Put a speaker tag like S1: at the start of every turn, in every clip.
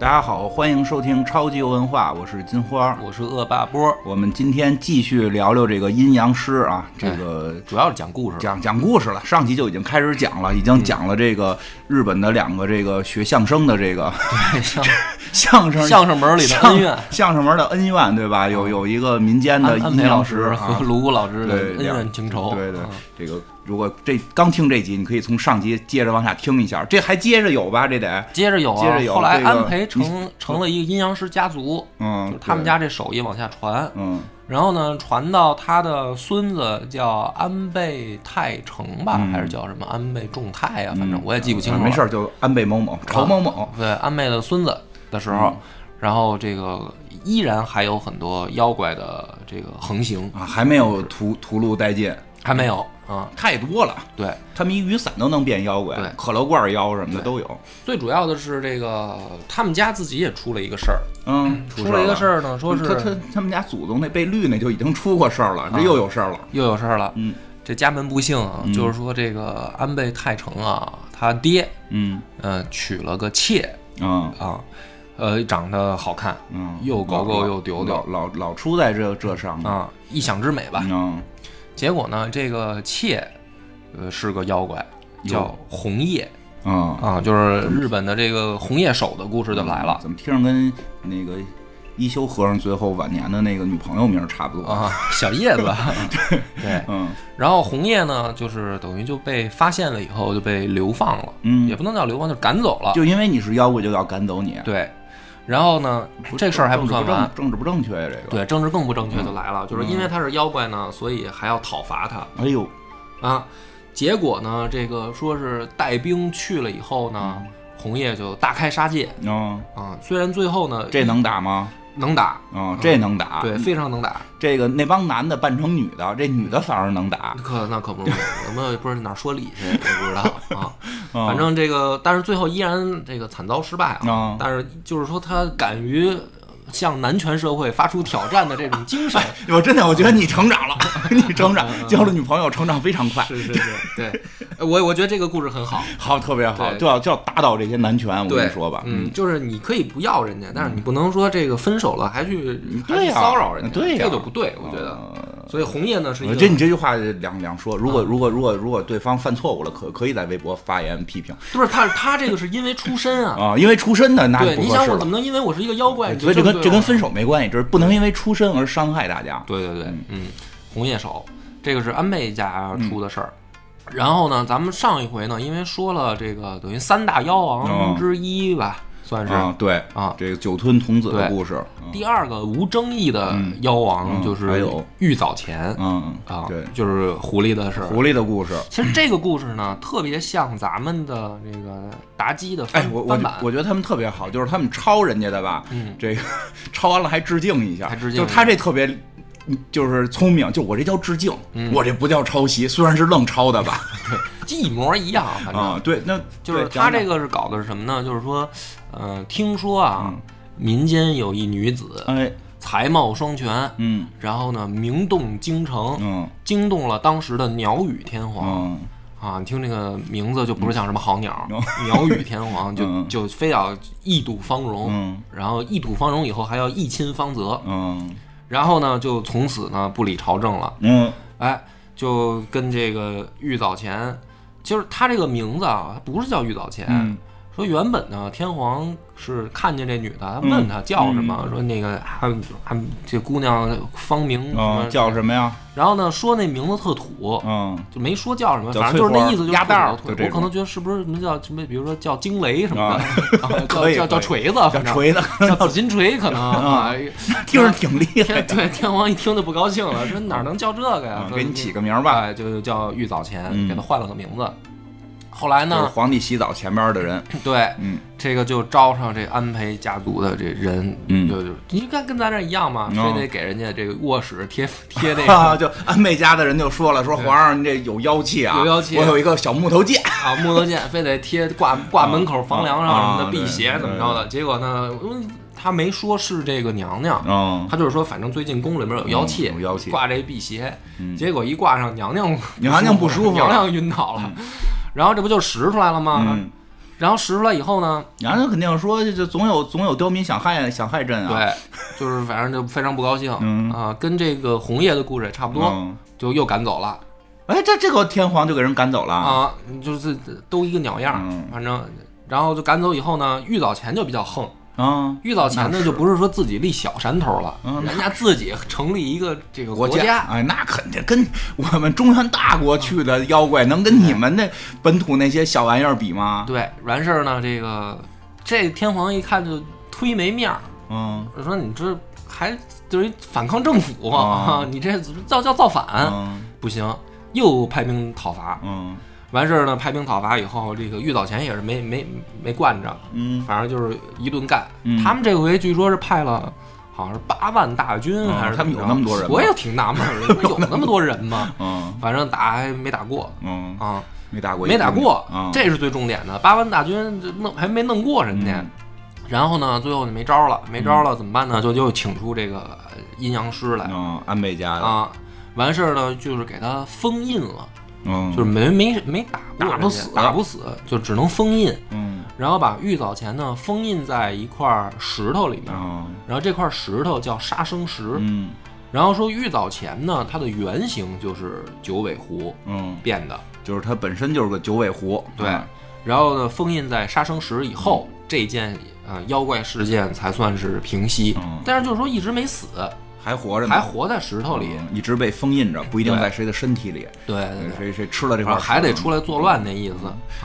S1: 大家好，欢迎收听超级文化，我是金花。
S2: 我是恶霸波，
S1: 我们今天继续聊聊这个阴阳师啊，这个
S2: 主要是讲故事。
S1: 讲讲故事了。上集就已经开始讲了，已经讲了这个日本的两个这个学相声的这个
S2: 对，像
S1: 相声
S2: 相声门里的恩怨，啊
S1: 相声门的恩怨，对吧？有有一个民间的
S2: 安安
S1: 阴
S2: 培
S1: 阳
S2: 老
S1: 师
S2: 师
S1: 啊
S2: 和，卢武老师的
S1: 对
S2: 恩怨情仇。
S1: 对对
S2: 啊，
S1: 这个如果这刚听这集，你可以从上集接着往下听一下，这还接着有吧？这得
S2: 接着有啊，
S1: 接着有
S2: 后来
S1: 这个
S2: 安培成成了一个阴阳师家族，
S1: 嗯，
S2: 就是他们家这手艺往下传，
S1: 对嗯
S2: 然后呢，传到他的孙子叫安倍泰成
S1: 嗯
S2: 吧，还是叫什么安倍仲泰啊？反正我也记不清楚了。
S1: 没事儿，就安倍某某、
S2: 啊
S1: 朝某某，
S2: 对安倍的孙子的时
S1: 嗯
S2: 候，然后这个依然还有很多妖怪的这个横行，
S1: 啊，还没有屠屠戮殆尽，
S2: 还没有啊。
S1: 太多了。
S2: 对，
S1: 他们一雨伞都能变妖怪
S2: 对，
S1: 可乐罐妖什么的都有。
S2: 最主要的是这个他们家自己也出了一个事儿，
S1: 嗯，
S2: 出了一个事
S1: 儿
S2: 儿呢，说
S1: 了，嗯他
S2: 是
S1: 他他们家祖宗那被绿那就已经出过事儿了，这又有事儿了。
S2: 又有事儿了。
S1: 嗯
S2: 这家门不幸啊，就是说这个安倍泰成啊，他爹
S1: 嗯
S2: 嗯、呃娶了个妾
S1: 嗯
S2: 啊，呃长得好看
S1: 嗯，
S2: 又狗狗
S1: 老
S2: 又丢丢
S1: 老老老出在这这上面。
S2: 啊，一想之美吧。
S1: 嗯，
S2: 结果呢，这个妾呃是个妖怪，
S1: 哟
S2: 叫红叶
S1: 嗯，
S2: 啊，就是日本的这个红叶手的故事就来了
S1: 怎么听着跟那个一休和尚最后晚年的那个女朋友名儿差不多？
S2: 啊，小叶子。对，
S1: 嗯
S2: 然后红叶呢，就是等于就被发现了以后就被流放了，
S1: 嗯
S2: 也不能叫流放，就是赶走了。
S1: 就因为你是妖怪，就要赶走你。
S2: 对，然后呢，这事儿还不算完。
S1: 政治不正，政治不正确呀，嗯这个。
S2: 对，政治更不正确的来了，就是因为他是妖怪呢，所以还要讨伐他
S1: 哎呦，
S2: 啊。结果呢，这个说是带兵去了以后呢，红叶就大开杀戒
S1: 嗯，
S2: 啊。虽然最后呢，
S1: 这能打吗？
S2: 能打，
S1: 嗯，这能打。
S2: 对，，非常能打。
S1: 这个那帮男的扮成女的，这女的反而能打。
S2: 可那可不是，我们也不知道哪儿说理去，也不知道 啊。
S1: 嗯
S2: 反正这个，但是最后依然这个惨遭失败啊。
S1: 嗯
S2: 但是就是说，他敢于向男权社会发出挑战的这种 精神，
S1: 我真的，我觉得你成长了， 你成长，交了女朋友，成长非常快。
S2: 嗯是是是，对，呃我我觉得这个故事很好。
S1: 好，特别好，
S2: 对
S1: 就要就要打倒这些男权。我跟
S2: 对，
S1: 嗯你说吧，嗯
S2: 嗯，就是你可以不要人家，但是你不能说这个分手了还去还
S1: 对
S2: 去
S1: 呀嗯
S2: 骚扰人家，
S1: 对呀嗯
S2: 这就不对，我觉得。所以红叶呢是一
S1: 我
S2: 个
S1: 觉得你这句话两两说。如果
S2: 嗯
S1: 如果如果如果对方犯错误了，可可以在微博发言批评
S2: 不是他他这个是因为出身啊，
S1: 啊，因为出身的 那
S2: 对，
S1: 不
S2: 你
S1: 合
S2: 想
S1: 适
S2: 我
S1: 了
S2: 怎。么能因为我是一个妖怪，你就
S1: 所以这
S2: 么
S1: 跟
S2: 对
S1: 这跟
S2: 我
S1: 分手没关系，这是不能因为出身而伤害大家。
S2: 对对对，嗯，红叶手，这个是安倍家出的事儿。然后呢，咱们上一回呢，因为说了这个等于三大妖
S1: 哦
S2: 王之一吧，算是、
S1: 啊，对
S2: 啊
S1: 这个酒吞童子的
S2: 对
S1: 故事，
S2: 第二个无争议的妖王，
S1: 嗯
S2: 就
S1: 还
S2: 是
S1: 有
S2: 玉藻前、
S1: 嗯，
S2: 啊，
S1: 对，
S2: 就是狐狸的事儿。
S1: 狐狸的故事。
S2: 其实这个故事呢，特别像咱们的这个妲己的翻,、
S1: 哎，我我
S2: 翻
S1: 觉
S2: 版，
S1: 我觉得他们特别好，就是他们抄人家的吧，
S2: 嗯
S1: 这个抄完了还致敬一下，
S2: 还致敬一下
S1: 就是他这特别。就是聪明，就我这叫致敬，
S2: 嗯
S1: 我这不叫抄袭，虽然是愣抄的 吧，
S2: 一模一样，反正、
S1: 啊，对，那
S2: 就是
S1: 对
S2: 他
S1: 讲
S2: 这
S1: 讲
S2: 个是搞的是什么呢？就是说，嗯、听说啊，民间有一女子，
S1: 哎，
S2: 才貌双全，
S1: 嗯
S2: 然后呢，名动京城，
S1: 嗯
S2: 惊动了当时的鸟语天皇
S1: 嗯，
S2: 啊！你听这个名字就不是像什么好鸟
S1: 嗯，
S2: 鸟语天皇就
S1: 嗯
S2: 就非要一睹芳容
S1: 嗯，
S2: 然后一睹芳容以后还要一亲芳泽，
S1: 嗯
S2: 然后呢，就从此呢不理朝政了，
S1: 嗯
S2: 哎，就跟这个玉藻前，就是他这个名字啊，他不是叫玉藻前，
S1: 嗯
S2: 说原本呢，天皇是看见这女的，他
S1: 嗯
S2: 问她叫什么，说那个还还这姑娘芳名什么、
S1: 嗯，叫什么呀？
S2: 然后呢说那名字特土，
S1: 嗯
S2: 就没说叫什么，
S1: 叫
S2: 反正就是那意思就是
S1: 翠花鸭
S2: 土
S1: 蛋儿
S2: 土
S1: 就这
S2: 我
S1: 种
S2: 可能觉得是不是什么叫什么，比如说叫惊雷什么
S1: 啊
S2: 的，啊
S1: 可
S2: 叫
S1: 以
S2: 叫叫
S1: 可
S2: 锤子，
S1: 叫
S2: 反正
S1: 锤 子，
S2: 叫紫金锤可能啊。
S1: 听着挺厉 害
S2: 天
S1: 的，
S2: 对天皇一听就不高兴了，说哪能叫这个呀
S1: 嗯？
S2: 说
S1: 给你起个名儿吧，
S2: 哎就叫玉藻前，
S1: 嗯
S2: 给他换了个名字。后来
S1: 就是
S2: 呢，
S1: 皇帝洗澡前边的 人，
S2: 对，
S1: 嗯
S2: 这个就招上这安培家族的这人，
S1: 嗯
S2: 就就你看跟咱这一样嘛，
S1: 嗯
S2: 非得给人家这个卧室贴贴 那个
S1: 啊，就安倍家的人就说了，说皇上你这有妖气啊，
S2: 有妖气
S1: 我有一个小木头 剑，
S2: 啊木头剑，非得贴挂挂门口房梁上什么
S1: 啊
S2: 的辟邪
S1: 对
S2: 怎么着的。结果呢，嗯他没说是这个娘娘，
S1: 嗯，
S2: 他就是说反正最近宫里面有妖气，
S1: 嗯有妖气嗯
S2: 挂这辟邪。结果一挂上，娘娘
S1: 娘娘不舒服了
S2: 啊娘娘晕倒了。然后这不就拾出来了吗？
S1: 嗯
S2: 然后使出来以后呢，
S1: 然后肯定说，就总有总有刁民想害想害朕啊。
S2: 对， 就是反正就非常不高兴啊、
S1: 嗯
S2: 跟这个红叶的故事也差不多，
S1: 嗯，
S2: 就又赶走了
S1: 哎，这这个天皇就给人赶走了。
S2: 啊、就是都一个鸟样儿，
S1: 嗯
S2: 反正然后就赶走以后呢，玉藻前就比较横，
S1: 啊，
S2: 玉藻前
S1: 那
S2: 呢就不是说自己立小山头了，
S1: 嗯
S2: 人家自己成立一个这个
S1: 国
S2: 家，
S1: 哎，那肯定跟我们中原大国去的妖怪，能跟你们那本土那些小玩意儿比吗？
S2: 对，完事儿呢，这个这天皇一看就忒没面儿，
S1: 嗯，
S2: 就说你这还就是反抗政府
S1: 啊
S2: 你这造叫造反、
S1: 嗯
S2: 不行，又派兵讨伐。
S1: 嗯
S2: 完事儿呢，派兵讨伐以后，这个玉藻前也是没没没惯着，
S1: 嗯
S2: 反正就是一顿干。
S1: 嗯
S2: 他们这回据说是派了。好像是八万大军、
S1: 哦
S2: 还是
S1: 他们
S2: 怎
S1: 有
S2: 么
S1: 那
S2: 着
S1: 么多人吗
S2: 我也挺纳闷 儿的，有那么多人吗？
S1: 嗯
S2: 反正打还没打过
S1: 嗯，
S2: 啊，
S1: 没打过一
S2: 没
S1: 个
S2: 打过，
S1: 嗯
S2: 这是最重点的。八万大军这弄还没弄过人家，
S1: 嗯
S2: 然后呢，最后就没招了，没招了怎么办呢？就又请出这个呃阴阳师来、
S1: 嗯，安倍家的，
S2: 啊，完事儿呢，就是给他封印了，
S1: 嗯，
S2: 就是没没没
S1: 打
S2: 打过人家，
S1: 不死
S2: 打不死，就只能封印，
S1: 嗯
S2: 然后把玉藻前呢封印在一块石头里面。
S1: 嗯
S2: 然后这块石头叫杀生石，
S1: 嗯
S2: 然后说玉藻前呢，它的原型就是九尾狐
S1: 嗯，
S2: 变的，
S1: 就是它本身就是个九尾狐，
S2: 对
S1: 嗯
S2: 然后呢，封印在杀生石以后，这件呃妖怪事件才算是平息。
S1: 嗯
S2: 但是就是说一直没死，
S1: 还活着呢，
S2: 还活在石头里。
S1: 嗯一直被封印着，不一定
S2: 对
S1: 在谁的身体里，呃
S2: 对对对，
S1: 谁谁吃了这
S2: 然
S1: 块嗯
S2: 后还得
S1: 石头
S2: 出来作乱那意思。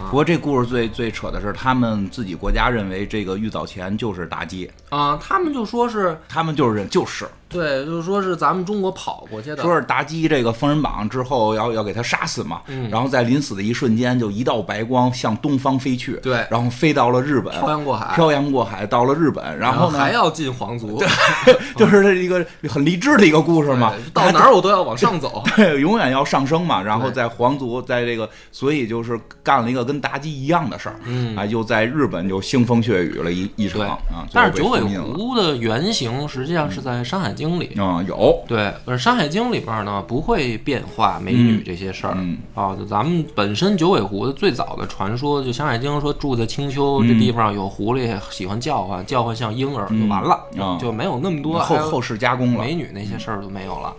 S1: 不过这故事最最扯的是，他们自己国家认为这个玉藻前就是妲己，
S2: 啊、他们就说是
S1: 他们就是认就是
S2: 对，就是说是咱们中国跑过去的。
S1: 说是妲己这个封神榜之后要要给他杀死嘛，
S2: 嗯
S1: 然后在临死的一瞬间就一道白光向东方飞去，
S2: 对
S1: 然后飞到了日本，
S2: 漂洋过海
S1: 漂洋过海到了日本，然
S2: 然后
S1: 后呢
S2: 还要进皇族，
S1: 就是这一个很励志的一个故事嘛
S2: 对，到哪儿我都要往上走。
S1: 对， 永远要上升嘛。然后
S2: 对
S1: 在皇族，在这个，所以就是干了一个跟妲己一样的事儿，
S2: 嗯
S1: 啊，又在日本就腥风血雨了一一场
S2: 对
S1: 啊。
S2: 但是九
S1: 最
S2: 尾
S1: 后被封印了，
S2: 狐的原型实际上是在《山海经》里。
S1: 嗯，有，
S2: 对，而《山海经》里边呢不会变化美女这些事儿、
S1: 嗯
S2: 啊，就咱们本身九尾狐的最早的传说，就《山海经》说住在青丘这地方有狐狸喜欢叫唤，叫唤像婴儿就完了，
S1: 啊
S2: 就没有那么多
S1: 后
S2: 还有
S1: 后世加工了
S2: 美，女那些事儿都没有了。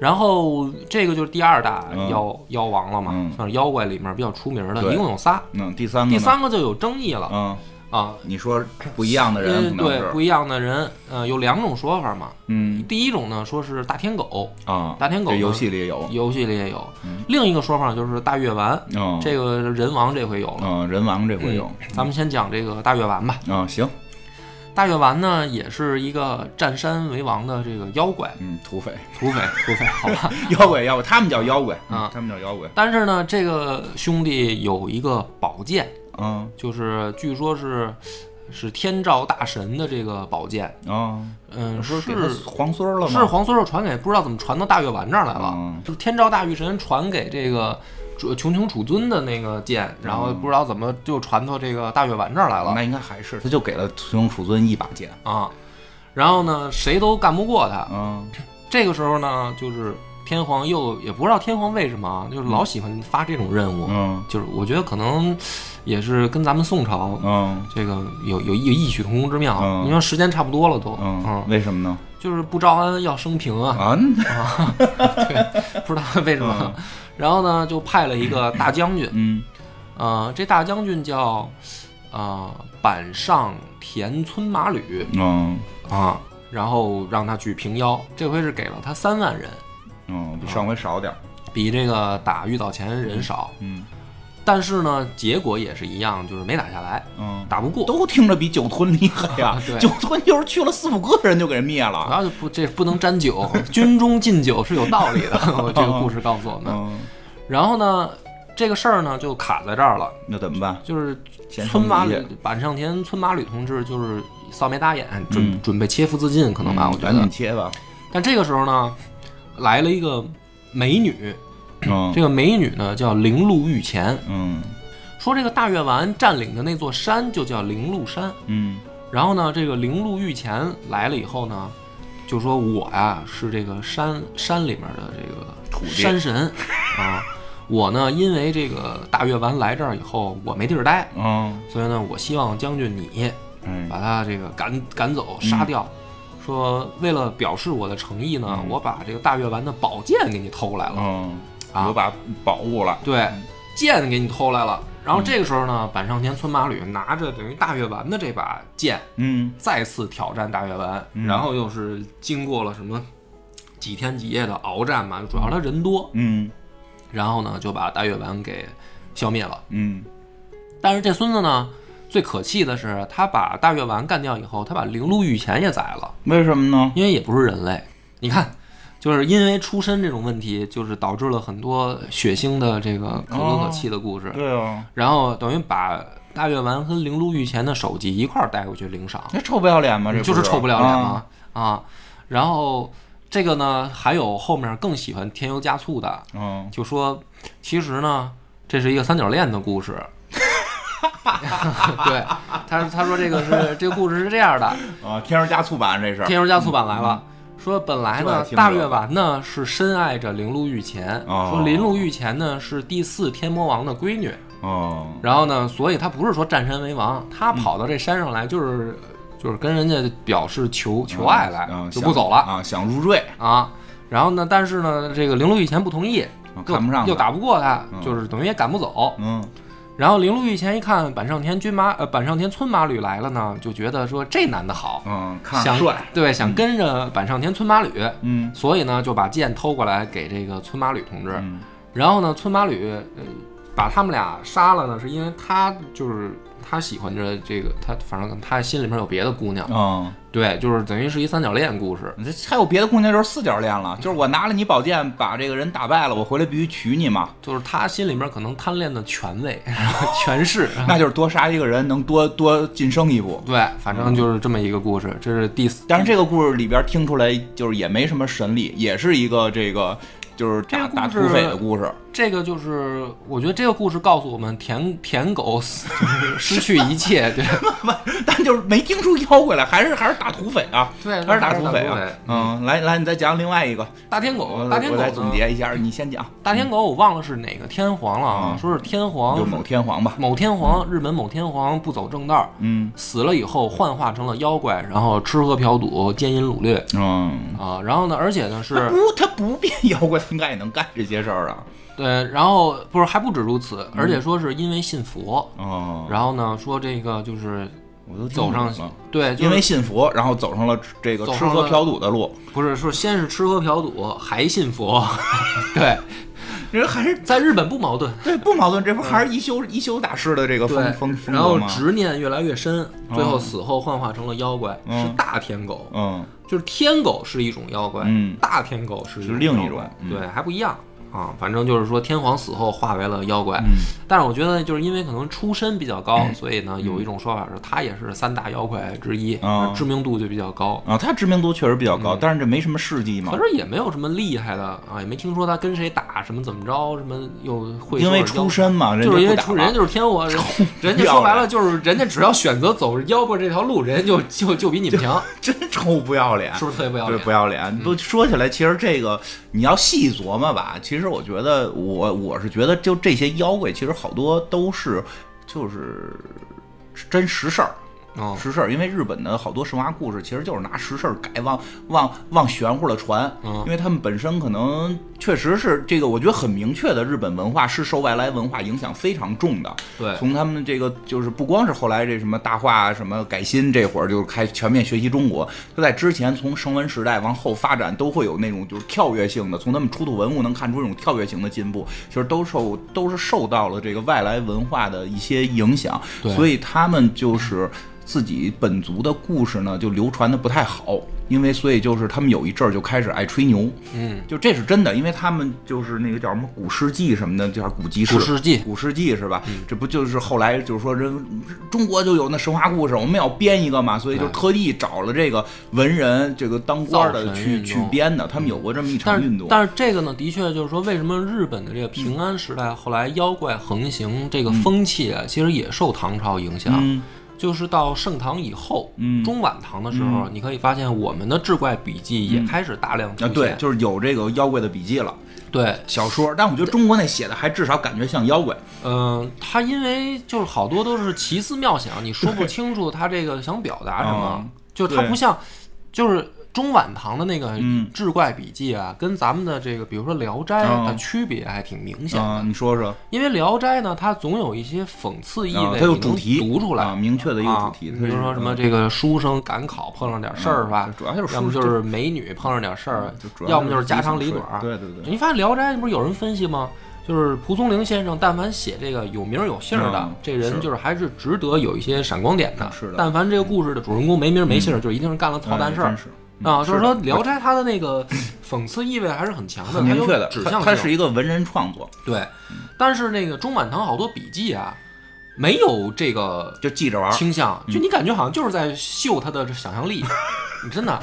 S2: 然后这个就是第二大
S1: 嗯
S2: 妖、妖王了嘛，
S1: 嗯
S2: 算是妖怪里面比较出名的，
S1: 对
S2: 一共有仨，
S1: 嗯，第三个，
S2: 第，三个就有争议了、
S1: 嗯，
S2: 啊。
S1: 你说不一样的
S2: 因为
S1: 人可能
S2: 对
S1: 是，
S2: 不一样的人，呃，有两种说法嘛。
S1: 嗯
S2: 第一种呢，说是大天狗，
S1: 啊，
S2: 大天狗
S1: 这
S2: 呢
S1: 游戏里也有，
S2: 游戏里也有。另一个说法就是大月丸，
S1: 嗯，
S2: 这个人王这回有了。
S1: 嗯，人王这回有，
S2: 咱们先讲这个大月丸吧。
S1: 啊，行，
S2: 大月丸呢，也是一个占山为王的这个妖怪，
S1: 嗯，土匪，
S2: 土匪，土匪，好吧。
S1: 妖怪，妖怪，他们叫妖怪，
S2: 啊
S1: 嗯他们叫妖怪，
S2: 但是呢，这个兄弟有一个宝剑，
S1: 嗯，
S2: 就是据说是是天照大神的这个宝剑。
S1: 啊，
S2: 嗯，
S1: 不
S2: 是
S1: 是给他皇孙儿了吗？
S2: 是黄孙儿传给，不知道怎么传到大月丸这儿来了。
S1: 嗯
S2: 就是天照大御神传给这个楚穷穷楚尊的那个剑，然后
S1: 嗯
S2: 不知道怎么就传到这个大月丸这儿来了
S1: 那应该还是，他就给了熊楚尊一把剑。
S2: 啊。然后呢，谁都干不过他。
S1: 嗯
S2: 这个时候呢，就是天皇又也不知道天皇为什么啊，就是老喜欢发这种任务，
S1: 嗯
S2: 就是我觉得可能也是跟咱们宋朝。
S1: 嗯
S2: 这个有有异异曲同工之妙，
S1: 嗯
S2: 你说时间差不多了都，
S1: 嗯，为什么呢？
S2: 就是不招安要生平啊，
S1: 啊，
S2: 对，不知道为什么。然后呢，就派了 一个大将军，
S1: 嗯
S2: 呃，这大将军叫呃板上田村马吕
S1: 嗯
S2: 啊，然后让他去平妖，这回是给了他三万人，
S1: 嗯，比上回少点儿。
S2: 比这个打玉藻前人少，
S1: 嗯
S2: 但是呢，结果也是一样，就是没打下来，
S1: 嗯，
S2: 打不过。。
S1: 都听着比酒吞厉害呀
S2: 啊对
S1: 酒吞就是去了四五个人就给人灭
S2: 主
S1: 了。
S2: 啊要就不这不能沾 酒，军中敬酒是有道理的。我这个故事告诉我 们。
S1: 嗯，
S2: 然后呢，这个事儿呢就卡在这儿了，
S1: 那怎么办？
S2: 就是
S1: 先
S2: 村马
S1: 生一
S2: 吕
S1: 夜嗯
S2: 板上田村马吕同志就是扫眉打眼，准、准备切腹自尽，可能吧，我觉
S1: 赶紧
S2: 得。
S1: 切吧。
S2: 但这个时候呢，来了一个美女，
S1: 嗯
S2: 这个美女呢叫灵鹿御前，
S1: 嗯
S2: 说这个大月丸占领的那座山就叫灵鹿山。
S1: 嗯
S2: 然后呢，这个灵鹿御前来了以后呢，就说我呀是这个山山里面的这个
S1: 土地
S2: 山神啊，我呢，因为这个大阅完来这儿以后，我没地儿待，
S1: 嗯，
S2: 所以呢，我希望将军你
S1: 哎，
S2: 把他这个赶赶走，杀掉。
S1: 嗯
S2: 说为了表示我的诚意呢，我把这个大阅完的宝剑给你偷来了。
S1: 嗯，
S2: 啊
S1: 我把宝物了，
S2: 对，剑给你偷来了。
S1: 嗯
S2: 然后这个时候呢，板上前村马吕拿着等于大月丸的这把剑，
S1: 嗯
S2: 再次挑战大月丸，
S1: 嗯
S2: 然后又是经过了什么几天几夜的鏖战嘛，主要他人多，
S1: 嗯
S2: 然后呢就把大月丸给消灭了。
S1: 嗯
S2: 但是这孙子呢，最可气的是他把大月丸干掉以后，他把灵鹿御前也宰了，
S1: 为什么呢？
S2: 因为也不是人类。你看。就是因为出身这种问题，就是导致了很多血腥的这个可歌可泣的故事。
S1: 对啊，
S2: 然后等于把大月丸和灵鹿御前的首级一块儿带回去领赏，
S1: 那臭不要脸吗？这
S2: 就是啊臭不了脸
S1: 啊
S2: 嘛啊。然后这个呢，还有后面更喜欢添油加醋的，
S1: 嗯，
S2: 就说其实呢，这是一个三角恋的故事。 对，他他说这个是这个故事是这样的，
S1: 啊，添油加醋版这是，嗯
S2: 添油加醋版来了。说本来
S1: 这还
S2: 呢，
S1: 听不
S2: 大
S1: 着
S2: 月丸呢是深爱着灵鹿御前，
S1: 哦
S2: 说灵鹿御前呢是第四天魔王的闺女，
S1: 哦，
S2: 然后呢，所以他不是说占山为王，他跑到这山上来就是、就是跟人家表示求求爱来，
S1: 嗯
S2: 就
S1: 想
S2: 不走了
S1: 啊，想入赘，
S2: 啊。然后呢，但是呢，这个灵鹿御前不同意，
S1: 啊
S2: 又
S1: 看不上
S2: 又
S1: 他，
S2: 打不过他，
S1: 嗯
S2: 就是等于也赶不走。
S1: 嗯
S2: 然后灵鹿御前一看板上田军马呃板上田村马吕来了呢，就觉得说这男的好，
S1: 嗯，看着
S2: 想
S1: 帅，
S2: 对想跟着板上田村马吕，
S1: 嗯
S2: 所以呢就把剑偷过来给这个村马吕同志。
S1: 嗯
S2: 然后呢，村马吕呃把他们俩杀了呢，是因为他就是他喜欢着这个他，反正他心里面有别的姑娘，
S1: 嗯，
S2: 对，就是等于是一三角恋故事。
S1: 你这还有别的姑娘就是四角恋了，就是我拿了你宝剑把这个人打败了，我回来必须娶你嘛，
S2: 就是他心里面可能贪恋的权 位、权势，
S1: 那就是多杀一个人能多多晋升一步。
S2: 对，反正就是这么一个故事。这是第四，
S1: 但是这个故事里边听出来就是也没什么神力，也是一个这个就是打
S2: 这个故事
S1: 打土匪的故事。
S2: 这个就是我觉得这个故事告诉我们，舔舔狗死 就是失去一 切，对
S1: 但就是没听出妖怪来，还是还是打土匪啊，
S2: 对
S1: 还是打
S2: 土
S1: 土匪啊。嗯，来来，你再讲另外一个，
S2: 大天
S1: 我
S2: 狗，大天
S1: 我
S2: 狗
S1: 再
S2: 呢
S1: 总，结一下，你先讲，
S2: 大天狗我忘了是哪个天皇了啊，
S1: 嗯
S2: 说是天皇
S1: 就是某天皇吧。
S2: 某天皇，日本某天皇不走正道，
S1: 嗯
S2: 死了以后幻化成了妖怪，然后吃喝嫖赌、奸淫掳掠
S1: 嗯，
S2: 啊。然后呢，而且呢
S1: 他
S2: 是，
S1: 不他不变妖怪，应该也能干这些事儿啊。
S2: 对，然后不是还不止如此，而且说是因为信佛，
S1: 哦，
S2: 然后呢说这个就是
S1: 我都
S2: 走上
S1: 听懂了
S2: 对，就
S1: 嗯
S2: 是
S1: 因为信佛，然后走上了这个
S2: 走
S1: 吃
S2: 上
S1: 喝
S2: 了
S1: 嫖赌的路，
S2: 不是说先是吃喝嫖赌，还 信佛，对，
S1: 人还是
S2: 在日本不矛盾，
S1: 对不矛盾，这不还是一休一休大师的这个
S2: 对
S1: 风风，风
S2: 然
S1: 格
S2: 后
S1: 吗？
S2: 执念越来越深，最后
S1: 嗯
S2: 死后幻化成了妖怪，
S1: 嗯
S2: 是大天狗，
S1: 嗯
S2: 就是天狗是一种妖怪，
S1: 嗯
S2: 大天狗是
S1: 是另一
S2: 妖怪
S1: 种嗯
S2: 对，还不一样啊。反正就是说，天皇死后化为了妖怪，
S1: 嗯
S2: 但是我觉得就是因为可能出身比较高，所以
S1: 嗯
S2: 呢，有一种说法是他也是三大妖怪之一，
S1: 啊
S2: 知名度就比较高。
S1: 啊，他知名度确实比较高，嗯但是这没什么事迹嘛
S2: 可。是也没有什么厉害的啊，也没听说他跟谁打，什么怎么着，什么又会
S1: 因为
S2: 说是妖
S1: 出身嘛，人
S2: 就是因
S1: 不
S2: 为
S1: 打
S2: 出
S1: 了
S2: 人家就是天皇，人人家说白了就是人家只要选择走妖怪这条路，人家就就就比你 们强，
S1: 真臭不要脸，
S2: 是不是特别不要
S1: 对，
S2: 脸？嗯
S1: 不要脸。都说起来，其实这个你要细琢磨吧，其实我觉得我我是觉得，就这些妖怪，其实好多都是就是真实事儿。
S2: 嗯，
S1: 实事儿，因为日本的好多神话故事其实就是拿实事儿改，往往往玄乎了传，
S2: 嗯
S1: 因为他们本身可能确实是这个，我觉得很明确的，日本文化是受外来文化影响非常重的。
S2: 对
S1: 从他们这个就是不光是后来这什么大化什么改新这会儿就开全面学习中国，就在之前从绳文时代往后发展都会有那种就是跳跃性的，从他们出土文物能看出这种跳跃型的进步，其实都受都是受到了这个外来文化的一些影响，
S2: 对
S1: 所以他们就是。自己本族的故事呢，就流传的不太好，因为所以就是他们有一阵儿就开始爱吹牛，
S2: 嗯，
S1: 就这是真的，因为他们就是那个叫什么古世纪什么的，叫古籍
S2: 古世纪
S1: 古世纪是吧？
S2: 嗯
S1: 这不就是后来就是说人中国就有那神话故事，我们要编一个嘛，所以就
S2: 对
S1: 特地找了这个文人这个当官
S2: 造
S1: 的
S2: 神
S1: 去
S2: 运
S1: 去
S2: 动
S1: 编的，他们有过这么一场
S2: 但
S1: 运
S2: 是
S1: 动。
S2: 但是这个呢，的确就是说，为什么日本的这个平安时代后来妖怪横行这个风气啊，其实也受唐朝影响。
S1: 嗯
S2: 就是到盛唐以后，
S1: 嗯
S2: 中晚唐的时候，你可以发现我们的志怪笔记也开始大量出
S1: 啊，
S2: 现。
S1: 对，就是有这个妖怪的笔记了，
S2: 对，
S1: 小说。但我觉得中国那写的还至少感觉像妖怪，
S2: 嗯，他因为就是好多都是奇思妙想，你说不清楚他这个想表达什么
S1: 嗯，
S2: 就他
S1: 对
S2: 不像，就是中晚唐的那个
S1: 嗯
S2: 《志怪笔记》啊，跟咱们的这个比如说《聊斋》
S1: 嗯
S2: 的区别还挺明显的。
S1: 啊，你说说，
S2: 因为《聊斋》呢，它总有一些讽刺意
S1: 啊
S2: 味，
S1: 它有
S2: 你
S1: 主
S2: 能
S1: 题，
S2: 读出来
S1: 啊，明确的一个主题，
S2: 啊。
S1: 它
S2: 比
S1: 是
S2: 如说什么
S1: 嗯
S2: 这个书生赶考碰上点事儿是吧
S1: 嗯？主要就是
S2: 要么
S1: 书
S2: 就
S1: 生嗯
S2: 是美女碰上点事儿
S1: 就主，要
S2: 要么就是
S1: 是
S2: 家长
S1: 低
S2: 里
S1: 层
S2: 短儿。
S1: 水对对对，
S2: 你发现《聊斋》不是有人分析吗？就是蒲松龄先生，但凡写这个有名有姓儿的，
S1: 嗯
S2: 这人
S1: 是嗯
S2: 就是还是值得有一些闪光点的。
S1: 是的
S2: 但凡这个故事的主人公没名没姓儿，就一定是干了操蛋
S1: 嗯
S2: 事儿
S1: 真、是
S2: 啊。就是是
S1: 的
S2: 说，《聊斋》它的那个讽刺意味还是很强的，
S1: 很明确
S2: 它有
S1: 的
S2: 指，
S1: 它
S2: 向
S1: 它
S2: 性。
S1: 是一个文人创作，
S2: 对，但是那个中晚唐好多笔记啊，没有这个
S1: 就记着玩儿。嗯
S2: 倾向，就你感觉好像就是在秀他的这想 象力，你真的。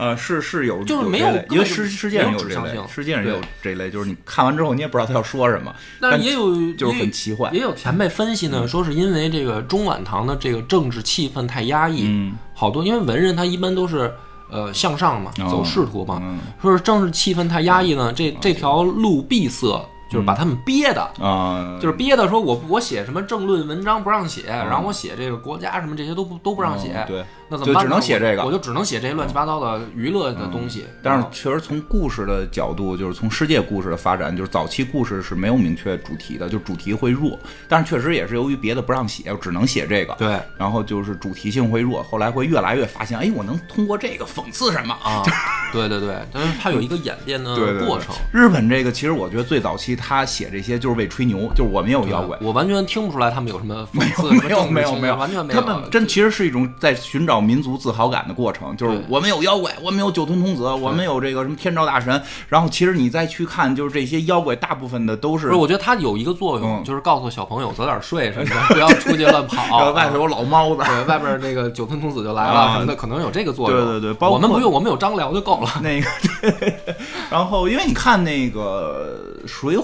S1: 呃，是是有，
S2: 就是没
S1: 这
S2: 有
S1: 类
S2: 根
S1: 因为
S2: 本就
S1: 世世界上
S2: 没有
S1: 有
S2: 指
S1: 这
S2: 向
S1: 类，
S2: 性
S1: 世界上
S2: 对
S1: 有这类，就是你看完之后你也不知道他要说什么，
S2: 但
S1: 但
S2: 是也有
S1: 就是
S2: 也
S1: 很奇嗯幻。
S2: 也有前辈分析呢，说是因为这个中晚唐的这个政治气氛太压抑，
S1: 嗯
S2: 好多因为文人他一般都是呃向上嘛，
S1: 哦
S2: 走仕途嘛，
S1: 嗯
S2: 说是政治气氛太压抑呢，这这条路闭塞，就是
S1: 嗯
S2: 把他们憋的。
S1: 啊，
S2: 就是憋的，说我不我写什么政论文章不让写，然后我写这个国家什么这些都不都不让写，
S1: 嗯哦对，
S2: 那怎么
S1: 就
S2: 办呢？
S1: 只能写这个
S2: 我就只能写这些乱七八糟的娱乐的东西。
S1: 但是
S2: 嗯
S1: 确实从故事的角度，就是从世界故事的发展，就是早期故事是没有明确主题的，就主题会弱。但是确实也是由于别的不让写，只能写这个。
S2: 对
S1: 然后就是主题性会弱，后来会越来越发现，哎，我能通过这个讽刺什么？
S2: 啊，对对对，但是它有一个演变 的
S1: 对对对
S2: 嗯过程。
S1: 日本这个其实我觉得最早期他写这些就是为吹牛，就是我们也有
S2: 对啊
S1: 妖怪，
S2: 我完全听不出来他们有什么讽刺，
S1: 没有
S2: 什么
S1: 没有
S2: 政治倾向
S1: 没有，
S2: 完全没
S1: 他
S2: 有。
S1: 们真其实是一种在寻找民族自豪感的过程，就是
S2: 对
S1: 我们有妖怪，我们有九吞童子，我们有这个什么天照大神。然后其实你再去看，就是这些妖怪大部分的都是
S2: 不是，我觉得它有一个作用，
S1: 嗯
S2: 就是告诉小朋友早点睡什么 的，不要出去乱跑。啊
S1: 呃外头有老猫子。
S2: 对外边那个九吞童子就来
S1: 啊
S2: 了什么的，可能有这个作用。
S1: 对对对包括
S2: 我们不用，我们有张辽就够了。
S1: 那个， 然后因为你看那个《水浒》，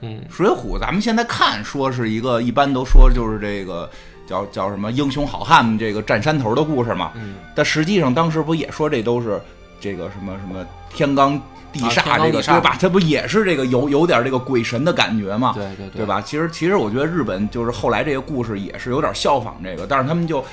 S2: 嗯，
S1: 《水浒》咱们现在看说是一个，一般都说就是这个叫叫什么英雄好汉这个占山头的故事嘛。
S2: 嗯，
S1: 但实际上当时不也说这都是这个什么什么天罡地
S2: 啊天
S1: 煞
S2: 罡
S1: 这个、
S2: 地煞
S1: 对吧？它不也是这个有有点这个鬼神的感觉嘛？
S2: 对对
S1: 啊对？吧？其实其实我觉得日本就是后来这个故事也是有点效仿这个，但是他们就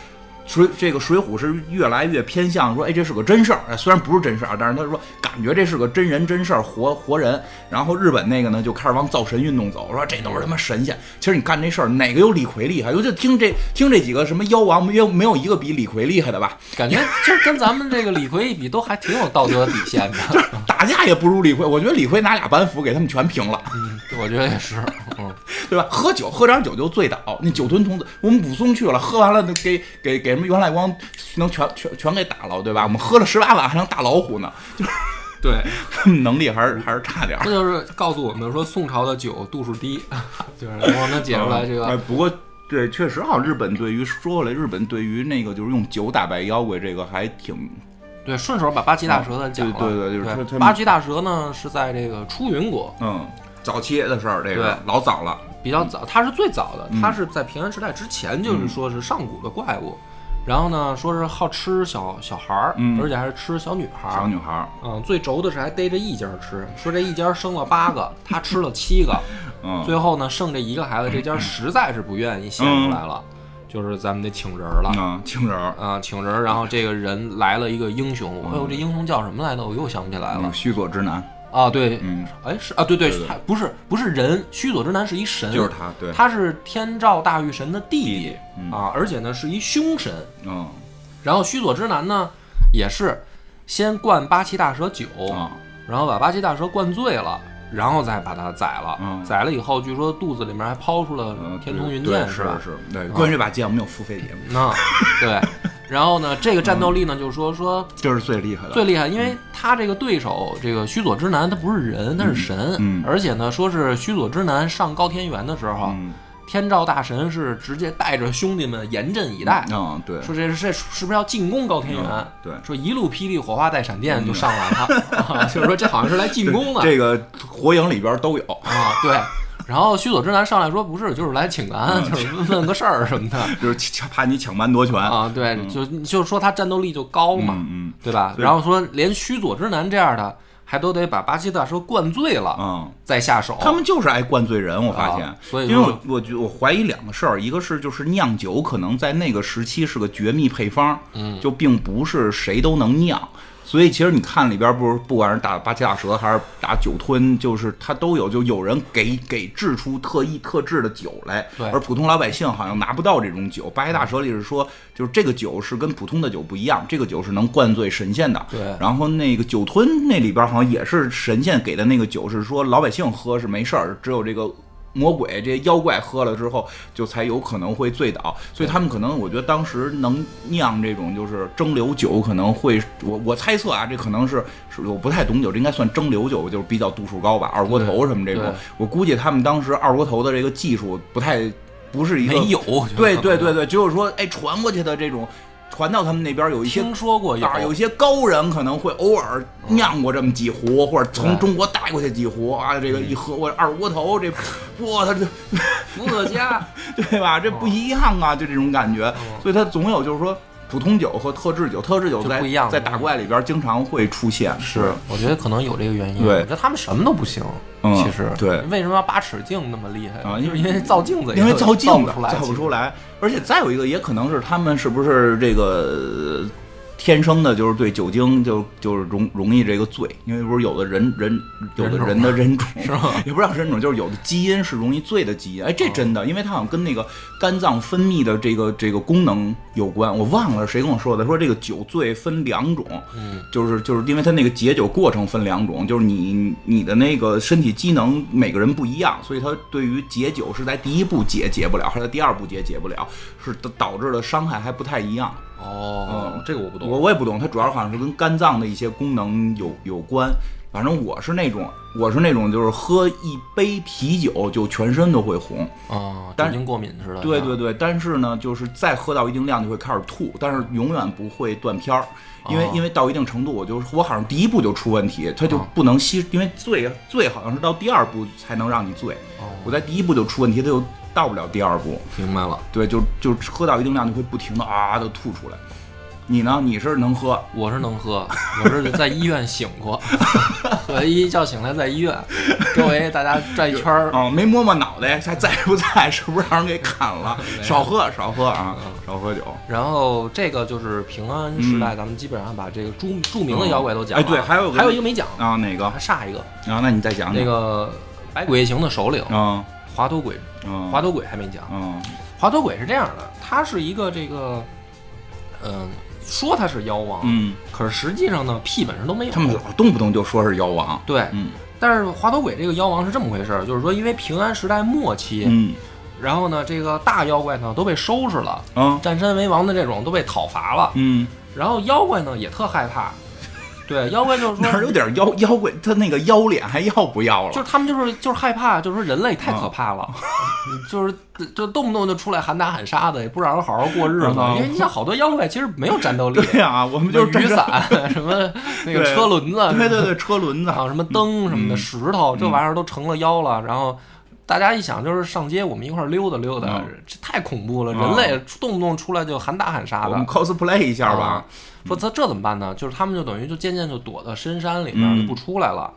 S1: 水这个水浒是越来越偏向说，哎，这是个真事儿，哎虽然不是真事儿，但是他说感觉这是个真人真事儿，活活人。然后日本那个呢，就开始往造神运动走，说这都是他妈神仙。其实你干这事儿，哪个有李逵厉害？我就听这听这几个什么妖王，没有没有一个比李逵厉害的吧？
S2: 感觉这跟咱们这个李逵一比，都还挺有道德底 线的。
S1: 打架也不如李逵，我觉得李逵拿俩板斧给他们全平了。
S2: 嗯，我觉得也是。嗯，
S1: 对吧？喝酒喝点酒就醉倒，那酒吞童子，我们武松去了，喝完了那给给给什么袁赖光能全全全给打了，对吧？我们喝了十八碗还能打老虎呢，
S2: 对，
S1: 他们能力还是还是差点儿
S2: 这。就是告诉我们说宋朝的酒度数低， 就是我能解出来这个
S1: 哎，不过对，确实好，日本对于说回来，日本对于那个就是用酒打败妖怪这个还挺
S2: 对，顺手把八岐大蛇的讲了。
S1: 啊对对对就是他他们
S2: 八岐大蛇呢是在这个出云国
S1: 嗯早期的事儿，这
S2: 对
S1: 个老早了，
S2: 比较早，它是最早的，
S1: 嗯
S2: 它是在平安时代之前，就是说是上古的怪物。然后呢，说是好吃小小孩儿，
S1: 嗯
S2: 而且还是吃小女孩
S1: 小
S2: 儿。
S1: 女孩儿，
S2: 嗯，最轴的是还逮着一家吃，说这一家生了八个，他吃了七个，
S1: 嗯，
S2: 最后呢剩这一个孩子，这家实在是不愿意献出来了，就是咱们得请人儿了。
S1: 嗯，青人儿，
S2: 啊、请人儿，然后这个人来了一个英雄，哎
S1: 嗯
S2: 呦，这英雄叫什么来着？我又想不起来
S1: 那
S2: 了
S1: 个。嗯须佐之男，
S2: 啊，对，
S1: 嗯，
S2: 哎，是啊，对对
S1: 对对
S2: 他不是不是人，须佐之男是一神，
S1: 就是他，对，
S2: 他是天照大御神的弟弟
S1: 弟弟嗯
S2: 啊，而且呢是一凶神。
S1: 嗯
S2: 然后须佐之男呢，也是先灌八岐大蛇酒，
S1: 啊，
S2: 然后把八岐大蛇灌醉了，然后再把它宰了。
S1: 嗯
S2: 宰了以后，据说肚子里面还抛出了
S1: 嗯
S2: 天通
S1: 对
S2: 云
S1: 对
S2: 剑，
S1: 是
S2: 吧？啊
S1: 是，对，关于这把剑我们有付费节目。
S2: 那、对。然后呢，这个战斗力呢，就是说说
S1: 这是最厉害的，
S2: 最厉害，因为他这个对手这个须佐之男，他不是人，他是神，
S1: 嗯嗯
S2: 而且呢，说是须佐之男上高天原的时候，
S1: 嗯
S2: 天照大神是直接带着兄弟们严阵以待，
S1: 嗯，对，
S2: 说这是这是不是要进攻高天原？
S1: 嗯对
S2: 说一路霹雳火花带闪电就上 来了，啊就是说这好像是来进攻的
S1: 这个火影里边都有，
S2: 啊，对。然后须佐之男上来说不是，就是来请
S1: 嗯
S2: 咱，就是问个事儿什么 的
S1: 就是抢怕你抢蛮夺权。
S2: 啊。对，就就是说他战斗力就高嘛，
S1: 嗯
S2: 对吧？
S1: 对
S2: 然后说连须佐之男这样的还都得把巴西大蛇灌醉
S1: 嗯
S2: 了
S1: 嗯，
S2: 再下手。
S1: 他们就是爱灌醉人，我发现
S2: 啊。所以
S1: 因为
S2: 说
S1: 我我觉我怀疑两个事儿，一个是就是酿酒可能在那个时期是个绝密配方，嗯，就并不是谁都能酿。所以其实你看里边不是不管是打八岐大蛇还是打酒吞，就是它都有，就有人给给制出特意特制的酒来
S2: 对，
S1: 而普通老百姓好像拿不到这种酒。八岐大蛇里是说，就是这个酒是跟普通的酒不一样，这个酒是能灌醉神仙的。
S2: 对
S1: 然后那个酒吞那里边好像也是神仙给的那个酒，是说老百姓喝是没事儿，只有这个魔鬼这些妖怪喝了之后，就才有可能会醉倒。所以他们可能，我觉得当时能酿这种就是蒸馏酒，可能会我我猜测啊，这可能是是我不太懂酒，这应该算蒸馏酒，就是比较度数高吧，二锅头什么这种
S2: 对。
S1: 我估计他们当时二锅头的这个技术不太不是一个
S2: 没有，我觉得
S1: 对
S2: 可能
S1: 对对对，只有说哎传过去的这种。传到他们那边有一些
S2: 听说过有
S1: 啊，有一些高人可能会偶尔酿过这么几
S2: 嗯
S1: 壶，或者从
S2: 对
S1: 中国带过去几壶啊。这个
S2: 嗯
S1: 一喝，我二锅头， 这哇，他这
S2: 伏特 加，
S1: 对吧？这不一样啊，就这种感觉。所以它总有就是说普通酒和特制酒，特制酒
S2: 嗯就
S1: 在
S2: 不一样嗯
S1: 在打怪里边经常会出现。
S2: 是，我觉得可能有这个原因。
S1: 对
S2: 我觉得他们什么都不行，
S1: 嗯
S2: 其实
S1: 对
S2: 为什么要八尺镜那么厉害
S1: 啊
S2: 就
S1: 因为
S2: 是因为造镜子也，
S1: 因为造
S2: 造
S1: 镜
S2: 不
S1: 子
S2: 出来，
S1: 造不
S2: 其实
S1: 出来，而且再有一个也可能是他们是不是这个呃天生的就是对酒精就就是容容易这个醉，因为不是有的人人有的
S2: 人种
S1: 人的人种
S2: 是吗
S1: 也不知道是人种，就是有的基因是容易醉的基因，哎，这真
S2: 哦
S1: 的，因为它好像跟那个肝脏分泌的这个这个功能有关，我忘了谁跟我说的，说这个酒醉分两种，
S2: 嗯，
S1: 就是就是因为它那个解酒过程分两种，就是你你的那个身体机能每个人不一样，所以它对于解酒是在第一步解解不了，还是在第二步解解不了，是导导致的伤害还不太一样。
S2: 哦
S1: 嗯，
S2: 这个我不懂。
S1: 我我也不懂，它主要好像是跟肝脏的一些功能有有关。反正我是那种，我是那种，就是喝一杯啤酒就全身都会红。
S2: 啊，
S1: 但
S2: 酒精过敏似的。
S1: 对
S2: 是吧
S1: 对，对，但是呢，就是再喝到一定量就会开始吐，但是永远不会断片儿，因为、
S2: 哦
S1: 因为到一定程度，我就是我好像第一步就出问题，它就
S2: 哦
S1: 不能吸，因为醉醉好像是到第二步才能让你醉，我
S2: 哦，
S1: 在第一步就出问题，它就到不了第二步，
S2: 明白了。
S1: 对，就就喝到一定量就会不停的啊的吐出来。你呢？你是能喝，
S2: 我是能喝， 我是在医院醒 过，我一觉醒来在医院，周围大家转一圈儿，
S1: 啊，没摸摸脑袋，还在不在？是不是让人 给砍了？少喝，少喝啊，
S2: 嗯
S1: 少喝酒。
S2: 然后这个就是平安时代，咱们基本上把这个著著名的妖怪都
S1: 嗯
S2: 讲
S1: 哎
S2: 了。
S1: 对还有个
S2: 还有一个没讲，
S1: 啊，哪个？
S2: 还差一个，
S1: 啊，那你再讲
S2: 那
S1: 讲。
S2: 个百鬼夜行的首领
S1: 啊
S2: 滑头鬼，
S1: 啊，
S2: 滑头鬼还没讲。
S1: 嗯
S2: 滑头鬼是这样的，他是一个这个，嗯，说他是妖王，
S1: 嗯，
S2: 可是实际上呢，屁本事都没有。
S1: 他们老动不动就说是妖王。
S2: 对，
S1: 嗯
S2: 但是滑头鬼这个妖王是这么回事儿，就是说因为平安时代末期，
S1: 嗯
S2: 然后呢，这个大妖怪呢都被收拾了，
S1: 啊
S2: 占山为王的这种都被讨伐了，
S1: 嗯，
S2: 然后妖怪呢也特害怕， 对，妖怪就是
S1: 哪儿有啊
S2: 说。
S1: 点妖妖怪？他那个妖脸还要不要
S2: 就是
S1: 了？
S2: 他们就是就是害怕，就是说人类太可怕了，
S1: 嗯
S2: 就是就动不动就出来喊打喊杀的，也不让人好好过日子。
S1: 嗯
S2: 因为你像好多妖怪其实没有战斗力，
S1: 对呀，我们
S2: 什
S1: 就
S2: 么
S1: 是战
S2: 雨
S1: 争。
S2: 伞、什么那个
S1: 对
S2: 车轮子、
S1: 对对嗯对，车轮子
S2: 啊，什么灯什么的、石头，这玩意儿都成了妖了。然后大家一想，就是上街我们一块儿溜达溜达
S1: 嗯，
S2: 这太恐怖了，
S1: 嗯
S2: 人类动不动出来就喊打喊杀
S1: 我们
S2: 的。
S1: cosplay 一下
S2: 啊
S1: 吧。
S2: 说这这怎么办呢？就是他们就等于就渐渐就躲到深山里
S1: 嗯
S2: 面就不出来了。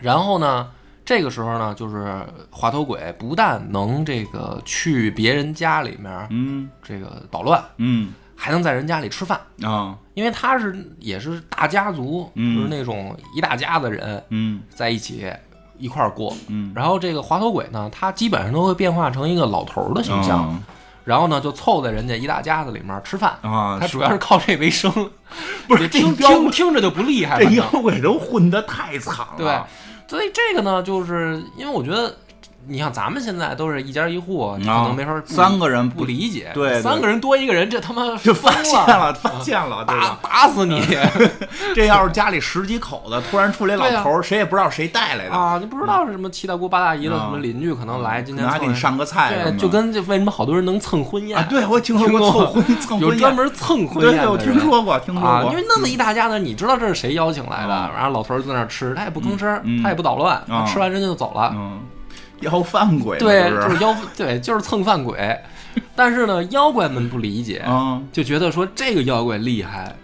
S2: 然后呢，这个时候呢，就是滑头鬼不但能这个去别人家里面
S1: 嗯
S2: 这个捣乱，
S1: 嗯
S2: 还能在人家里吃饭。
S1: 啊
S2: 因为他是也是大家族，
S1: 嗯
S2: 就是那种一大家子人
S1: 嗯
S2: 在一起一块儿过。
S1: 嗯，
S2: 然后这个滑头鬼呢，他基本上都会变化成一个老头儿的形象，
S1: 啊
S2: 然后呢就凑在人家一大家子里面吃饭。
S1: 啊，
S2: 他主要是靠这为生，
S1: 不哎是
S2: 也听
S1: 这妖
S2: 听听着就不厉害，
S1: 这
S2: 反
S1: 妖
S2: 正
S1: 怪都混得太惨了。
S2: 对，所以这个呢，就是因为我觉得，你像咱们现在都是一家一户，啊你可能没法儿不
S1: 啊三个人
S2: 不理解，
S1: 对对
S2: 三个人多一个人，这他妈
S1: 就
S2: 疯
S1: 发现
S2: 了，啊
S1: 了，发现了，对
S2: 打
S1: 吧？
S2: 打死 你！
S1: 这要是家里十几口子，突然出来老头儿，谁也不知道谁带来的，
S2: 啊，你不知道是什么七大姑八大姨的
S1: 啊
S2: 什么邻居可能来今
S1: 可
S2: 天
S1: 能还
S2: 蹭
S1: 给你上个菜什么
S2: 对，
S1: 的，
S2: 就跟这为什么好多人能蹭婚宴
S1: 啊，，对我听说
S2: 听
S1: 过
S2: 过
S1: 凑婚蹭
S2: 有
S1: 婚
S2: 专
S1: 宴，
S2: 门蹭婚
S1: 对
S2: 宴
S1: 对，我
S2: 的
S1: 听
S2: 人
S1: 说过，听说
S2: 啊，因
S1: 过
S2: 为，那么一大家子，你知道这是谁邀请来的
S1: 啊，
S2: 然后老头儿在那儿吃，他也不吭声儿
S1: 嗯，
S2: 他也不捣乱，
S1: 啊
S2: 他吃完人就走了，
S1: 嗯，要饭鬼嘛，
S2: 对，
S1: 就
S2: 就是是妖，对，就是蹭饭 鬼。但是呢，妖怪们不理解，
S1: 嗯，
S2: 就觉得说这个妖怪厉害，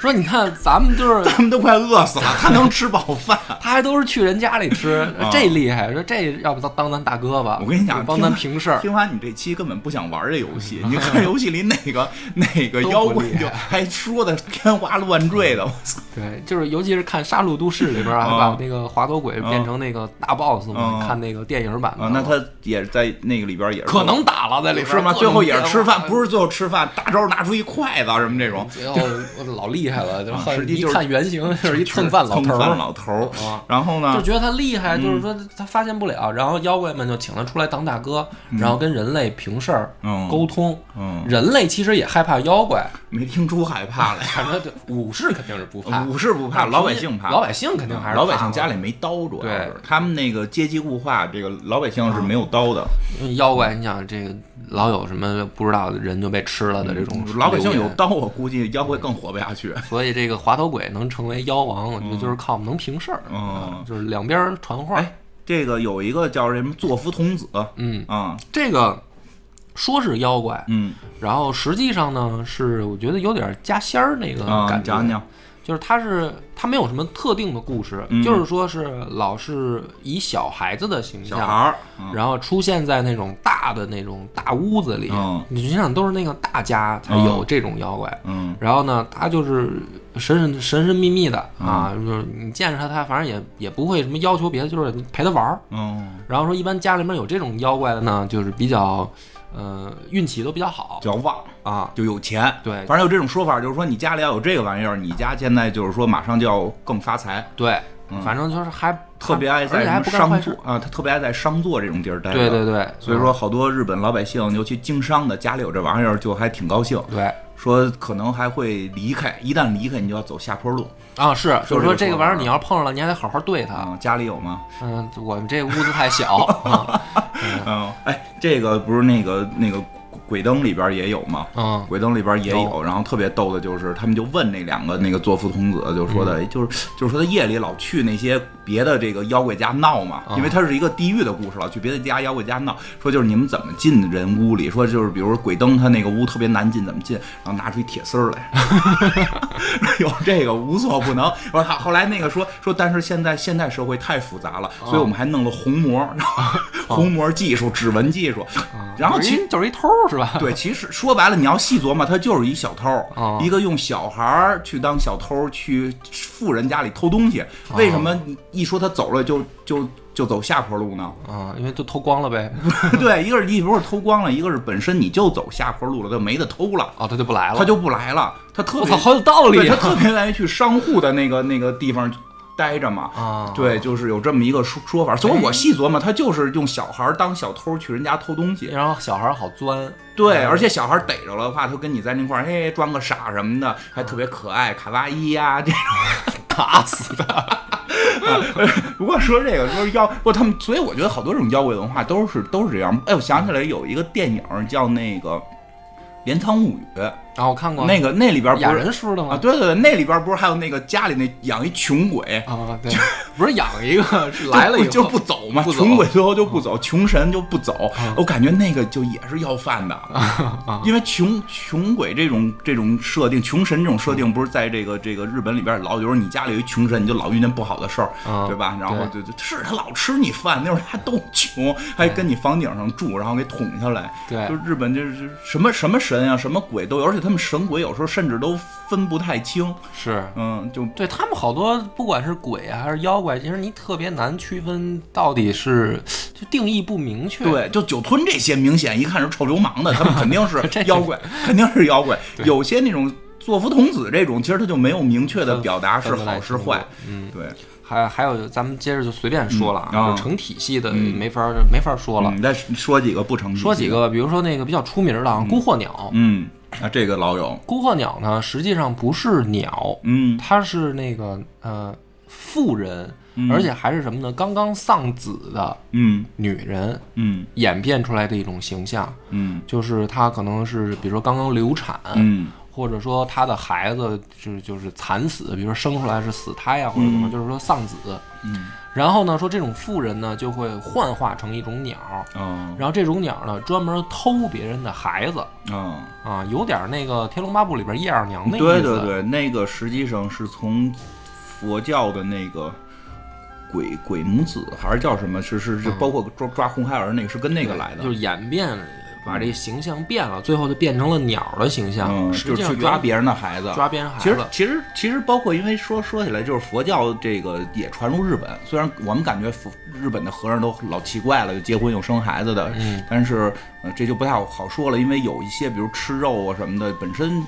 S2: 说你看咱们就是
S1: 他们都快饿死了，他能吃饱饭。
S2: 他还都是去人家里吃，这厉害，说这要不咱当咱大哥吧，
S1: 啊我跟你讲，
S2: 就帮咱平事儿。
S1: 听完你这期，根本不想玩这游 戏。你看游戏里哪个哪个妖怪就还说的天花乱坠
S2: 嗯
S1: 的，我操！
S2: 对，就是尤其是看《杀戮都市》里边儿啊，还
S1: 嗯
S2: 把那个滑头鬼变成那个大 boss 嘛，
S1: 嗯
S2: 你看那个电影版
S1: 啊
S2: 的，，
S1: 那他也在那个里边也是
S2: 可能打了在里边
S1: 是吗？
S2: 各种
S1: 最后也是吃饭，
S2: 变化
S1: 不是最后吃饭，大招拿出一筷子啊什么这 种，
S2: 最后哎我老厉害了，就
S1: 实
S2: 很
S1: 际
S2: 啊一
S1: 就是
S2: 看原型就是一蹭饭老
S1: 蹭
S2: 头
S1: 饭
S2: 儿，嗯
S1: 老头儿
S2: 啊
S1: 然后
S2: 就
S1: 呢，
S2: 觉得他厉害，就是说他发现不了，然后妖怪们就请他出来当大哥，然后跟人类平事儿
S1: 嗯
S2: 沟通。
S1: 嗯，
S2: 人类其实也害怕妖怪，
S1: 没听出害怕来，
S2: 反正就 武士肯定是不怕，
S1: 武士不怕，
S2: 那
S1: 老百姓怕，
S2: 老百姓肯定还是
S1: 老百姓家
S2: 里
S1: 里没刀，主要
S2: 对
S1: 是他们那个阶级固化，这个老百姓是没有刀的。
S2: 妖怪，你想这个老有什么不知道的人就被吃了的这种
S1: 嗯老百姓
S2: 流
S1: 有
S2: 言
S1: 刀，我估计妖怪更活不下 去。
S2: 所以这个滑头鬼能成为妖王，我觉得就是靠能平事儿，
S1: 嗯
S2: 就是两边儿传话。
S1: 哎这个有一个叫什么作夫童子，
S2: 嗯，
S1: 啊，
S2: 这个说是妖怪，
S1: 嗯
S2: 然后实际上呢是我觉得有点加仙儿那个
S1: 啊，
S2: 感觉，
S1: 讲讲，
S2: 就是他是他没有什么特定的故事，
S1: 嗯
S2: 就是说是老是以小孩子的形
S1: 小
S2: 象，
S1: 孩儿，嗯
S2: 然后出现在那种大的那种大屋子里，
S1: 嗯
S2: 你想想都是那个大家才有这种妖怪。
S1: 嗯
S2: 然后呢，他就是神神神神秘秘的
S1: 嗯
S2: 啊，就是你见着他，他反正也也不会什么要求别的，就是你陪他玩儿。
S1: 嗯，
S2: 然后说，一般家里面有这种妖怪的呢，就是比较，呃，运气都比较好
S1: 叫旺
S2: 啊。
S1: 就有钱。
S2: 对
S1: 反正有这种说法，就是说你家里要有这个玩意儿，你家现在就是说马上就要更发财。
S2: 对，
S1: 嗯
S2: 反正就是还
S1: 特别爱
S2: 而
S1: 在
S2: 且还不
S1: 什么
S2: 干坏
S1: 商
S2: 事
S1: 座。啊，他特别爱在商座这种地儿待。
S2: 对对。对，嗯
S1: 所以说，好多日本老百姓，尤其经商的，家里有这玩意儿就还挺高兴，
S2: 对
S1: 说可能还会离开。一旦离开，你就要走下坡路
S2: 啊是，就是
S1: 这
S2: 说
S1: 个
S2: 这个
S1: 说
S2: 玩意儿
S1: 法
S2: 你要碰上了，你还得好好对它。
S1: 啊。家里有吗？
S2: 嗯，我们这屋子太 小啊。
S1: 嗯，哎，这个不是那个那个鬼灯里边也有吗？
S2: 嗯，
S1: 鬼灯里边也有，
S2: 有
S1: 然后特别逗的就是，他们就问那两个那个作夫童子，就说
S2: 嗯
S1: 的，哎就是就是说他夜里老去那些别的这个妖怪家闹嘛，
S2: 啊
S1: 因为他是一个地狱的故事，老去别的家妖怪家闹，说就是你们怎么进人屋里，说就是比如说鬼灯他那个屋特别难进，怎么进，然后拿出一铁丝儿来， 有这个无所不能。我说他后来那个说说，但是现在现代社会太复杂了，所以我们还弄了虹膜，然
S2: 啊
S1: 后虹膜技术、指纹技术，然后
S2: 就是
S1: 其
S2: 一就是一偷儿是 吧？
S1: 对，其实说白了，你要细琢磨，他就是一小偷，
S2: 哦
S1: 一个用小孩儿去当小偷，去富人家里偷东
S2: 哦
S1: 西。为什么你一说他走了就就就走下坡 路呢？
S2: 啊，因为都偷光了呗。
S1: 对，一个是一不是偷光了，一个是本身你就走下坡路了，他没得偷了，
S2: 哦，他就不来了。
S1: 他就不来了。他特
S2: 我
S1: 别
S2: 操，好有道
S1: 对
S2: 理
S1: 他
S2: 啊！
S1: 特别愿意去商户的那个那个地方待着嘛。
S2: 啊，
S1: 对，就是有这么一个说说法，所
S2: 哎
S1: 以我细琢磨，他就是用小孩儿当小偷去人家偷东西。
S2: 然后小孩儿好钻，
S1: 对，
S2: 嗯
S1: 而且小孩逮着了的话，他跟你在那块儿，嘿，装个傻什么的，
S2: 嗯
S1: 还特别可爱，卡哇伊呀、 这
S2: 打 死他。
S1: 啊不过说这个，说妖，不，他们，所以我觉得好多这种妖怪文化都是都是这样。哎，我想起来有一个电影叫那个《镰仓物语》，
S2: 然后我看过
S1: 那个那里边
S2: 雅
S1: 不是
S2: 人说的
S1: 啊，
S2: 吗？
S1: 对对对，那里边不是还有那个家里那养一穷鬼。
S2: 啊，对，不是养一个，是来了以后
S1: 就不走嘛，
S2: 不走嗯
S1: 穷鬼最后就不走，穷神就不走。我感觉那个就也是要饭的，啊因为穷穷鬼这种这种设定，穷神这种设定不是在这个这个日本里边老，就是你家里有一穷神，你就老遇见不好的事儿，
S2: 嗯
S1: 对吧？然后就就是他老吃你饭，那会儿他都穷，还跟你房顶上住，然后给捅下来。
S2: 对
S1: 就日本就是什么什么神啊，什么鬼都有，而且他们神鬼有时候甚至都分不太清。
S2: 是。
S1: 嗯，就
S2: 对他们好多，不管是鬼啊还是妖怪，其实你特别难区分到底是就定义不明确。，
S1: 对，就酒吞这些明显一看是臭流氓的，他们肯定是
S2: 这
S1: 妖怪，肯定是妖怪。 有些那种作夫童子这种，其实他就没有明确的表达是
S2: 分不
S1: 好
S2: 太
S1: 是
S2: 清楚
S1: 坏。嗯，对。
S2: 还还有咱们接着就随便说了
S1: 嗯啊嗯
S2: 啊，就成体系的没法没法说了。
S1: 你再说几个不成体
S2: 说
S1: 系
S2: 几
S1: 的，
S2: 个吧，比如说那个比较出名的啊，孤鹤鸟。
S1: 嗯，啊，这个老有，
S2: 孤鹤鸟呢，实际上不是鸟，
S1: 嗯
S2: 它是那个呃妇人，而且还是什么呢？刚刚丧子的
S1: 嗯
S2: 女人
S1: 嗯
S2: 演变出来的一种形象，
S1: 嗯
S2: 就是她可能是比如说刚刚流产，
S1: 嗯
S2: 或者说他的孩子就是就是惨死，比如说生出来是死胎啊，或者怎么，
S1: 嗯
S2: 就是说丧子。
S1: 嗯
S2: 然后呢，说这种妇人呢就会幻化成一种鸟，
S1: 嗯
S2: 然后这种鸟呢专门偷别人的孩子
S1: 嗯，
S2: 啊，有点那个《天龙八部》里边叶二娘那意思。啊
S1: 对对对，那个实际上是从佛教的那个。鬼鬼母子还是叫什么？是是是，包括抓抓红孩儿那个是跟那
S2: 那
S1: 个来的，
S2: 嗯就是演变，把这形象变了，最后就变成了鸟的形象，
S1: 嗯，
S2: 实
S1: 就
S2: 际
S1: 是
S2: 上
S1: 去抓
S2: 原
S1: 别人的孩子，
S2: 抓别人孩
S1: 其实
S2: 子，
S1: 其实其实包括，因为说说起来，就是佛教这个也传入日本。虽然我们感觉佛日本的和尚都老奇怪了，就结婚又生孩子的，
S2: 嗯
S1: 但是呃这就不太好说了，因为有一些比如吃肉啊什么的，本身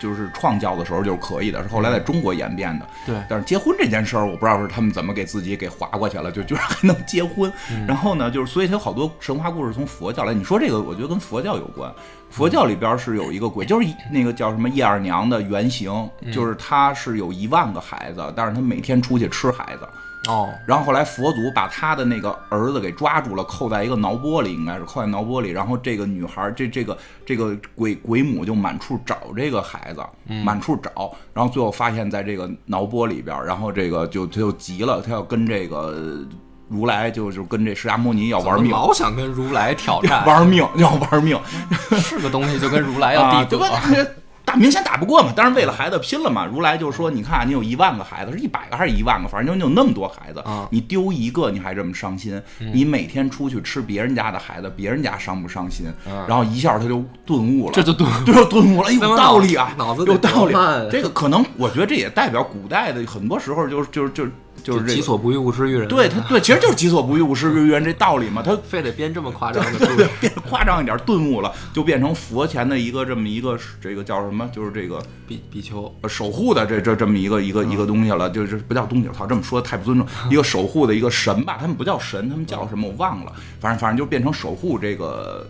S1: 就是创教的时候就是可以的，是后来
S2: 嗯
S1: 在中国演变的。
S2: 对
S1: 但是结婚这件事儿，我不知道是他们怎么给自己给划过去了，就居然还能结婚。然后呢，就是所以它有好多神话故事从佛教来。你说这个，我觉得跟佛教有关。佛教里边是有一个鬼，就是一那个叫什么叶二娘的原型，就是她是有一万个孩子，但是她每天出去吃孩子。
S2: 哦，
S1: 然后后来佛祖把他的那个儿子给抓住了，扣在一个挠玻璃，应该是扣在挠玻璃。然后这个女孩，这这个这个鬼鬼母就满处找这个孩子，满处找，然后最后发现在这个挠玻里边儿，然后这个就他就急了，他要跟这个如来就就跟这释迦牟尼要玩命，
S2: 老想跟如来挑 战，
S1: 玩命要玩命，
S2: 是个东西就跟如来要
S1: 啊，对
S2: 递得
S1: 吧。？打明显打不过嘛，当然为了孩子拼了嘛。如来就说：“你看，啊你有一万个孩子，是一百个还是一万个？反正就你有那么多孩子
S2: 嗯，
S1: 你丢一个你还这么伤心，你每天出去吃别人家的孩子，别人家伤不伤心？”然后一下他就顿悟了，
S2: 啊这就顿悟
S1: 这就顿悟了，哎
S2: 咱
S1: 有
S2: 们
S1: 道理啊，
S2: 脑子得
S1: 有道理
S2: 多慢啊。
S1: 这个可能我觉得这也代表古代的很多时候就是就是就是就
S2: 就是
S1: 这
S2: 己
S1: 个，
S2: 所不欲，啊勿施于人。
S1: 对他对，其实就是己所不欲，勿施于人这道理嘛。他
S2: 非得编这么夸张的故事，
S1: 变夸张一点，顿悟了，就变成佛前的一个这么一个这个叫什么，就是这个
S2: 比比丘
S1: 呃守护的这这这么一个一
S2: 嗯
S1: 个一个东西了，就是不叫东西了，操，这么说太不尊 重，一个守护的一个神吧，他们不叫神，他们叫什么我忘了，反正反正就变成守护这个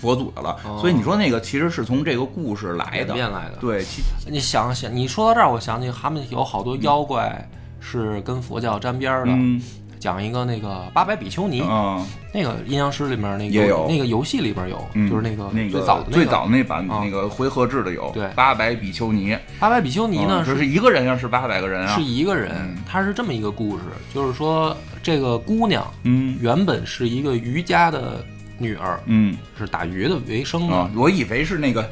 S1: 佛祖的了。所以你说那个其实是从这个故事来
S2: 演
S1: 的，
S2: 哦变来的。
S1: 对，其
S2: 你想想，你说到这儿，我想起他们有好多妖怪是跟佛教沾边儿的。
S1: 嗯
S2: 讲一个那个八百比丘尼，
S1: 嗯
S2: 那个阴阳师里面那个
S1: 也有
S2: 那个游戏里边有，
S1: 嗯，
S2: 就是那个
S1: 那
S2: 最早的那
S1: 最
S2: 个
S1: 早那版
S2: 啊
S1: 那个回合制的有
S2: 对
S1: 八百比丘尼，
S2: 八百比丘尼呢、
S1: 嗯这
S2: 是
S1: 是一个人呀，是八百个人啊
S2: 是，一个人，他是这么一个故事，就是说这个姑娘
S1: 嗯
S2: 原本是一个渔家的女儿，
S1: 嗯。
S2: 是打鱼的为生的。
S1: 啊、我以为是那个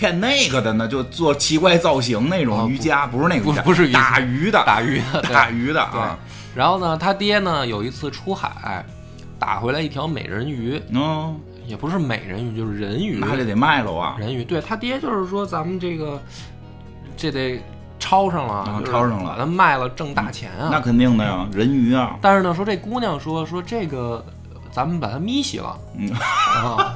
S1: 练那个的呢，就做奇怪造型那
S2: 哦
S1: 种瑜伽，不是那个
S2: 不
S1: 瑜伽
S2: 不是瑜伽
S1: 打鱼的，
S2: 打鱼的对
S1: 打鱼的
S2: 对
S1: 啊，，
S2: 然后呢，他爹呢有一次出海，打回来一条美人鱼，
S1: 嗯，
S2: 也不是美人鱼，就是人鱼。
S1: 那就得卖喽啊，
S2: 人鱼，对他爹就是说咱们这个这得抄上了，
S1: 啊
S2: 就是
S1: 抄上了嗯
S2: 把它卖了挣大钱啊。
S1: 那肯定的呀，人鱼啊，
S2: 但是呢，说这姑娘说说这个，咱们把它咪洗了，
S1: 嗯
S2: 啊，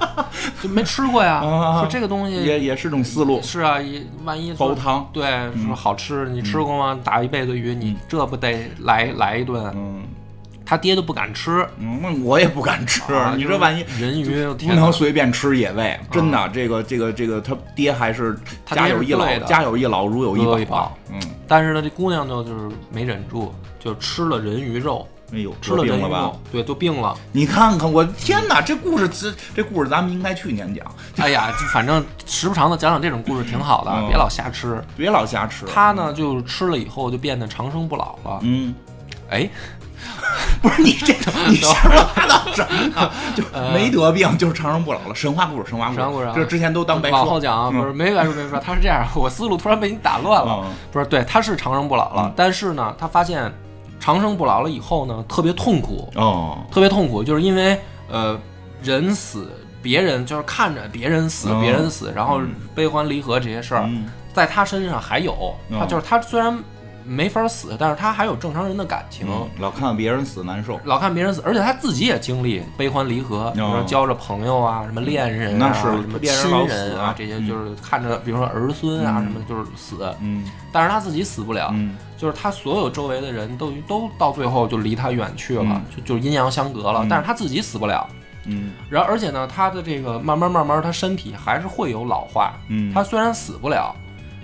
S2: 就没吃过呀。
S1: 啊
S2: 说这个东西
S1: 也也是种思路，
S2: 嗯是啊，也万一说
S1: 煲汤，嗯
S2: 对说好吃，你吃过吗？打一辈子鱼，你这不得来来一顿？
S1: 嗯
S2: 他爹都不敢吃，
S1: 嗯，那我也不敢吃，
S2: 啊
S1: 你
S2: 就
S1: 这
S2: 是
S1: 万一。
S2: 人鱼
S1: 不
S2: 天哪
S1: 能随便吃野味，真的，这个这个这个，他爹还是
S2: 他
S1: 家
S2: 爹
S1: 有
S2: 是
S1: 一老
S2: 对，的
S1: 家有一老，如有
S2: 如有一
S1: 一
S2: 宝
S1: 宝。嗯，
S2: 但是呢，这姑娘呢就是没忍住，就吃了人鱼肉，
S1: 哎呦，
S2: 吃了
S1: 病
S2: 人鱼
S1: 了吧
S2: 肉？，对，就病了。
S1: 你看看，我天哪，这故事这这故事咱们应该去年 讲，
S2: 哎呀，就反正时不常的讲讲这种故事挺好的，
S1: 嗯
S2: 别老瞎吃。
S1: 别老瞎吃。
S2: 他呢，就是吃了以后就变得长生不老了。
S1: 嗯，
S2: 哎，
S1: 不是你这，你瞎说八道什么呢？就没得病，就是长生不老了。神话故事，神话故事，
S2: 呃神话故事啊
S1: 这之前都当白
S2: 往后
S1: 说。
S2: 讲啊，不是没白说没说，他是这样，我思路突然被你打乱了。
S1: 嗯
S2: 不是，对，他是长生不老了，
S1: 嗯
S2: 但是呢，他发现长生不老了以后呢，特别痛苦，
S1: 哦，
S2: 特别痛苦，就是因为呃，人死，别人就是看着别人死，
S1: 嗯
S2: 别人死，然后悲欢离合这些事儿，
S1: 嗯
S2: 在他身上还有，他
S1: 嗯
S2: 就是他虽然没法死，但是他还有正常人的感情。
S1: 嗯，老看别人死难受，
S2: 老看别人死，而且他自己也经历悲欢离合，比如说交着朋友啊，什么恋人
S1: 哦
S2: 啊，
S1: 那是
S2: 什么
S1: 恋人老
S2: 亲
S1: 死啊
S2: 人啊，这些
S1: 嗯
S2: 就是看着，比如说儿孙啊，什么就是死，
S1: 嗯
S2: 但是他自己死不了，
S1: 嗯
S2: 就是他所有周围的人都都到最后就离他远去了，
S1: 嗯
S2: 就就阴阳相隔了，
S1: 嗯
S2: 但是他自己死不了。
S1: 嗯
S2: 然后而且呢，他的这个慢慢慢慢，他身体还是会有老化，
S1: 嗯，
S2: 他虽然死不了，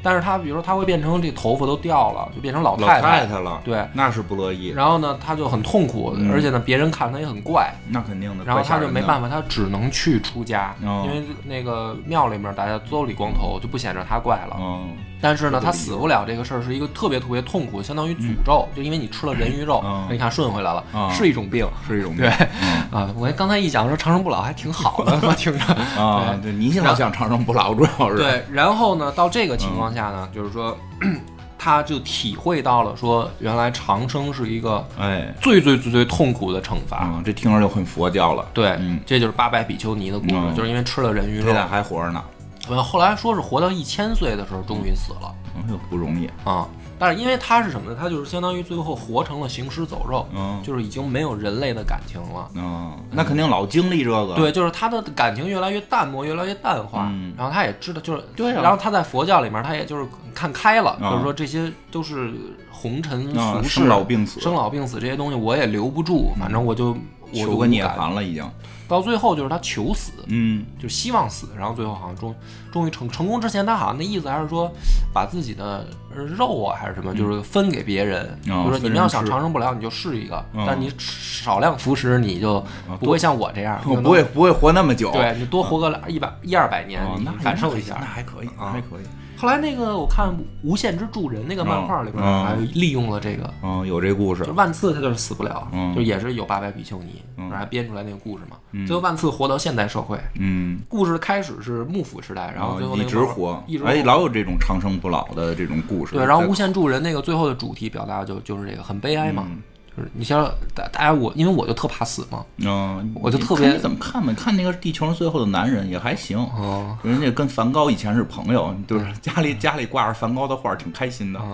S2: 但是他比如说他会变成这头发都掉了，就变成老
S1: 嗯老
S2: 太
S1: 太了，
S2: 对，
S1: 那是不乐意，
S2: 然后呢，他就很痛苦，
S1: 嗯
S2: 而且呢，别人看他也很怪，
S1: 那肯定的。
S2: 然后他就没办
S1: 法，
S2: 法，他只能去出家，
S1: 哦
S2: 因为那个庙里面大家都理光头，就不显着他怪了。
S1: 嗯
S2: 但是呢，
S1: 这个
S2: 他
S1: 理解
S2: 死不了这个事儿是一个特别特别痛苦，相当于诅咒，就因为你吃了人鱼肉，
S1: 嗯
S2: 你看顺回来了，
S1: 嗯
S2: 是一种病。
S1: 是一种
S2: 对
S1: 嗯
S2: 啊，我刚才一讲说长生不老还挺 好的，我听着。
S1: 啊，对，你老想长生不老，主要是，嗯
S2: 对，然后呢，到这个情况下呢，就是说， 他就体会到了说，原来长生是一个
S1: 哎，
S2: 最最最最痛苦的惩罚。
S1: 啊，这听着就很佛教了。
S2: 对，
S1: 嗯
S2: 这就是八百比丘尼的故事，
S1: 嗯
S2: 就是因为吃了人鱼
S1: 这
S2: 肉。
S1: 俩还活着呢，
S2: 呃，后来说是活到一千岁的时候，终于死了
S1: 哎呦，不容易。
S2: 啊、但是因为他是什么呢？他就是相当于最后活成了行尸走肉，
S1: 嗯
S2: 就是已经没有人类的感情了。
S1: 嗯，那肯定老经历这个。
S2: 对，就是他的感情越来越淡漠，越来越淡化。
S1: 嗯
S2: 然后他也知道，就是
S1: 对啊
S2: 然后他在佛教里面，他也就是看开了，
S1: 啊
S2: 就是说这些都是红尘
S1: 啊
S2: 俗世，
S1: 生老病死嗯
S2: 生老病死这些东西我也留不住，反正我就我就
S1: 求个涅
S2: 无感
S1: 槃了已经。
S2: 到最后就是他求死，
S1: 嗯，
S2: 就希望死，然后最后好像终终于成成功之前，他好像那意思还是说把自己的呃肉啊还是什么，就是分给别人，
S1: 哦
S2: 就是说
S1: 嗯分
S2: 你们
S1: 人
S2: 要想
S1: 吃
S2: 长生不了，你就试一个，
S1: 嗯啊
S2: 但你少量服食，你就不会像我这样，
S1: 我
S2: 就能
S1: 不会不会活那么久。啊
S2: 对你多活个一百一二百年
S1: 哦，，
S2: 你
S1: 那
S2: 感受
S1: 那
S2: 一
S1: 那
S2: 下。
S1: 还可以，那
S2: 啊
S1: 还可以。
S2: 后来那个我看《无限之助人》那个漫画里边
S1: 嗯
S2: 还利用了这个，
S1: 嗯，有这故事
S2: 就。万次他就是死不了
S1: 嗯，
S2: 就也是有八百比丘尼，
S1: 嗯
S2: 然后还编出来那个故事嘛。最后万次活到现代社会，
S1: 嗯，
S2: 故事开始是幕府时代，然后最后那
S1: 哦一
S2: 个
S1: 直
S2: 漫画
S1: 活
S2: 一，直
S1: 哎，
S2: 活
S1: 老有这种长生不老的这种故事。
S2: 对，然后
S1: 在
S2: 无限助人那个最后的主题表达就就是这个很悲哀嘛，就是你像大大家我因为我就特怕死嘛，
S1: 嗯，
S2: 我就
S1: 你
S2: 特
S1: 看
S2: 别
S1: 你怎么看吧？看那个《地球上最后的男人》也还行，
S2: 哦
S1: 人家跟梵高以前是朋友，就是
S2: 嗯
S1: 家里家里挂着梵高的画，挺开心的。
S2: 啊，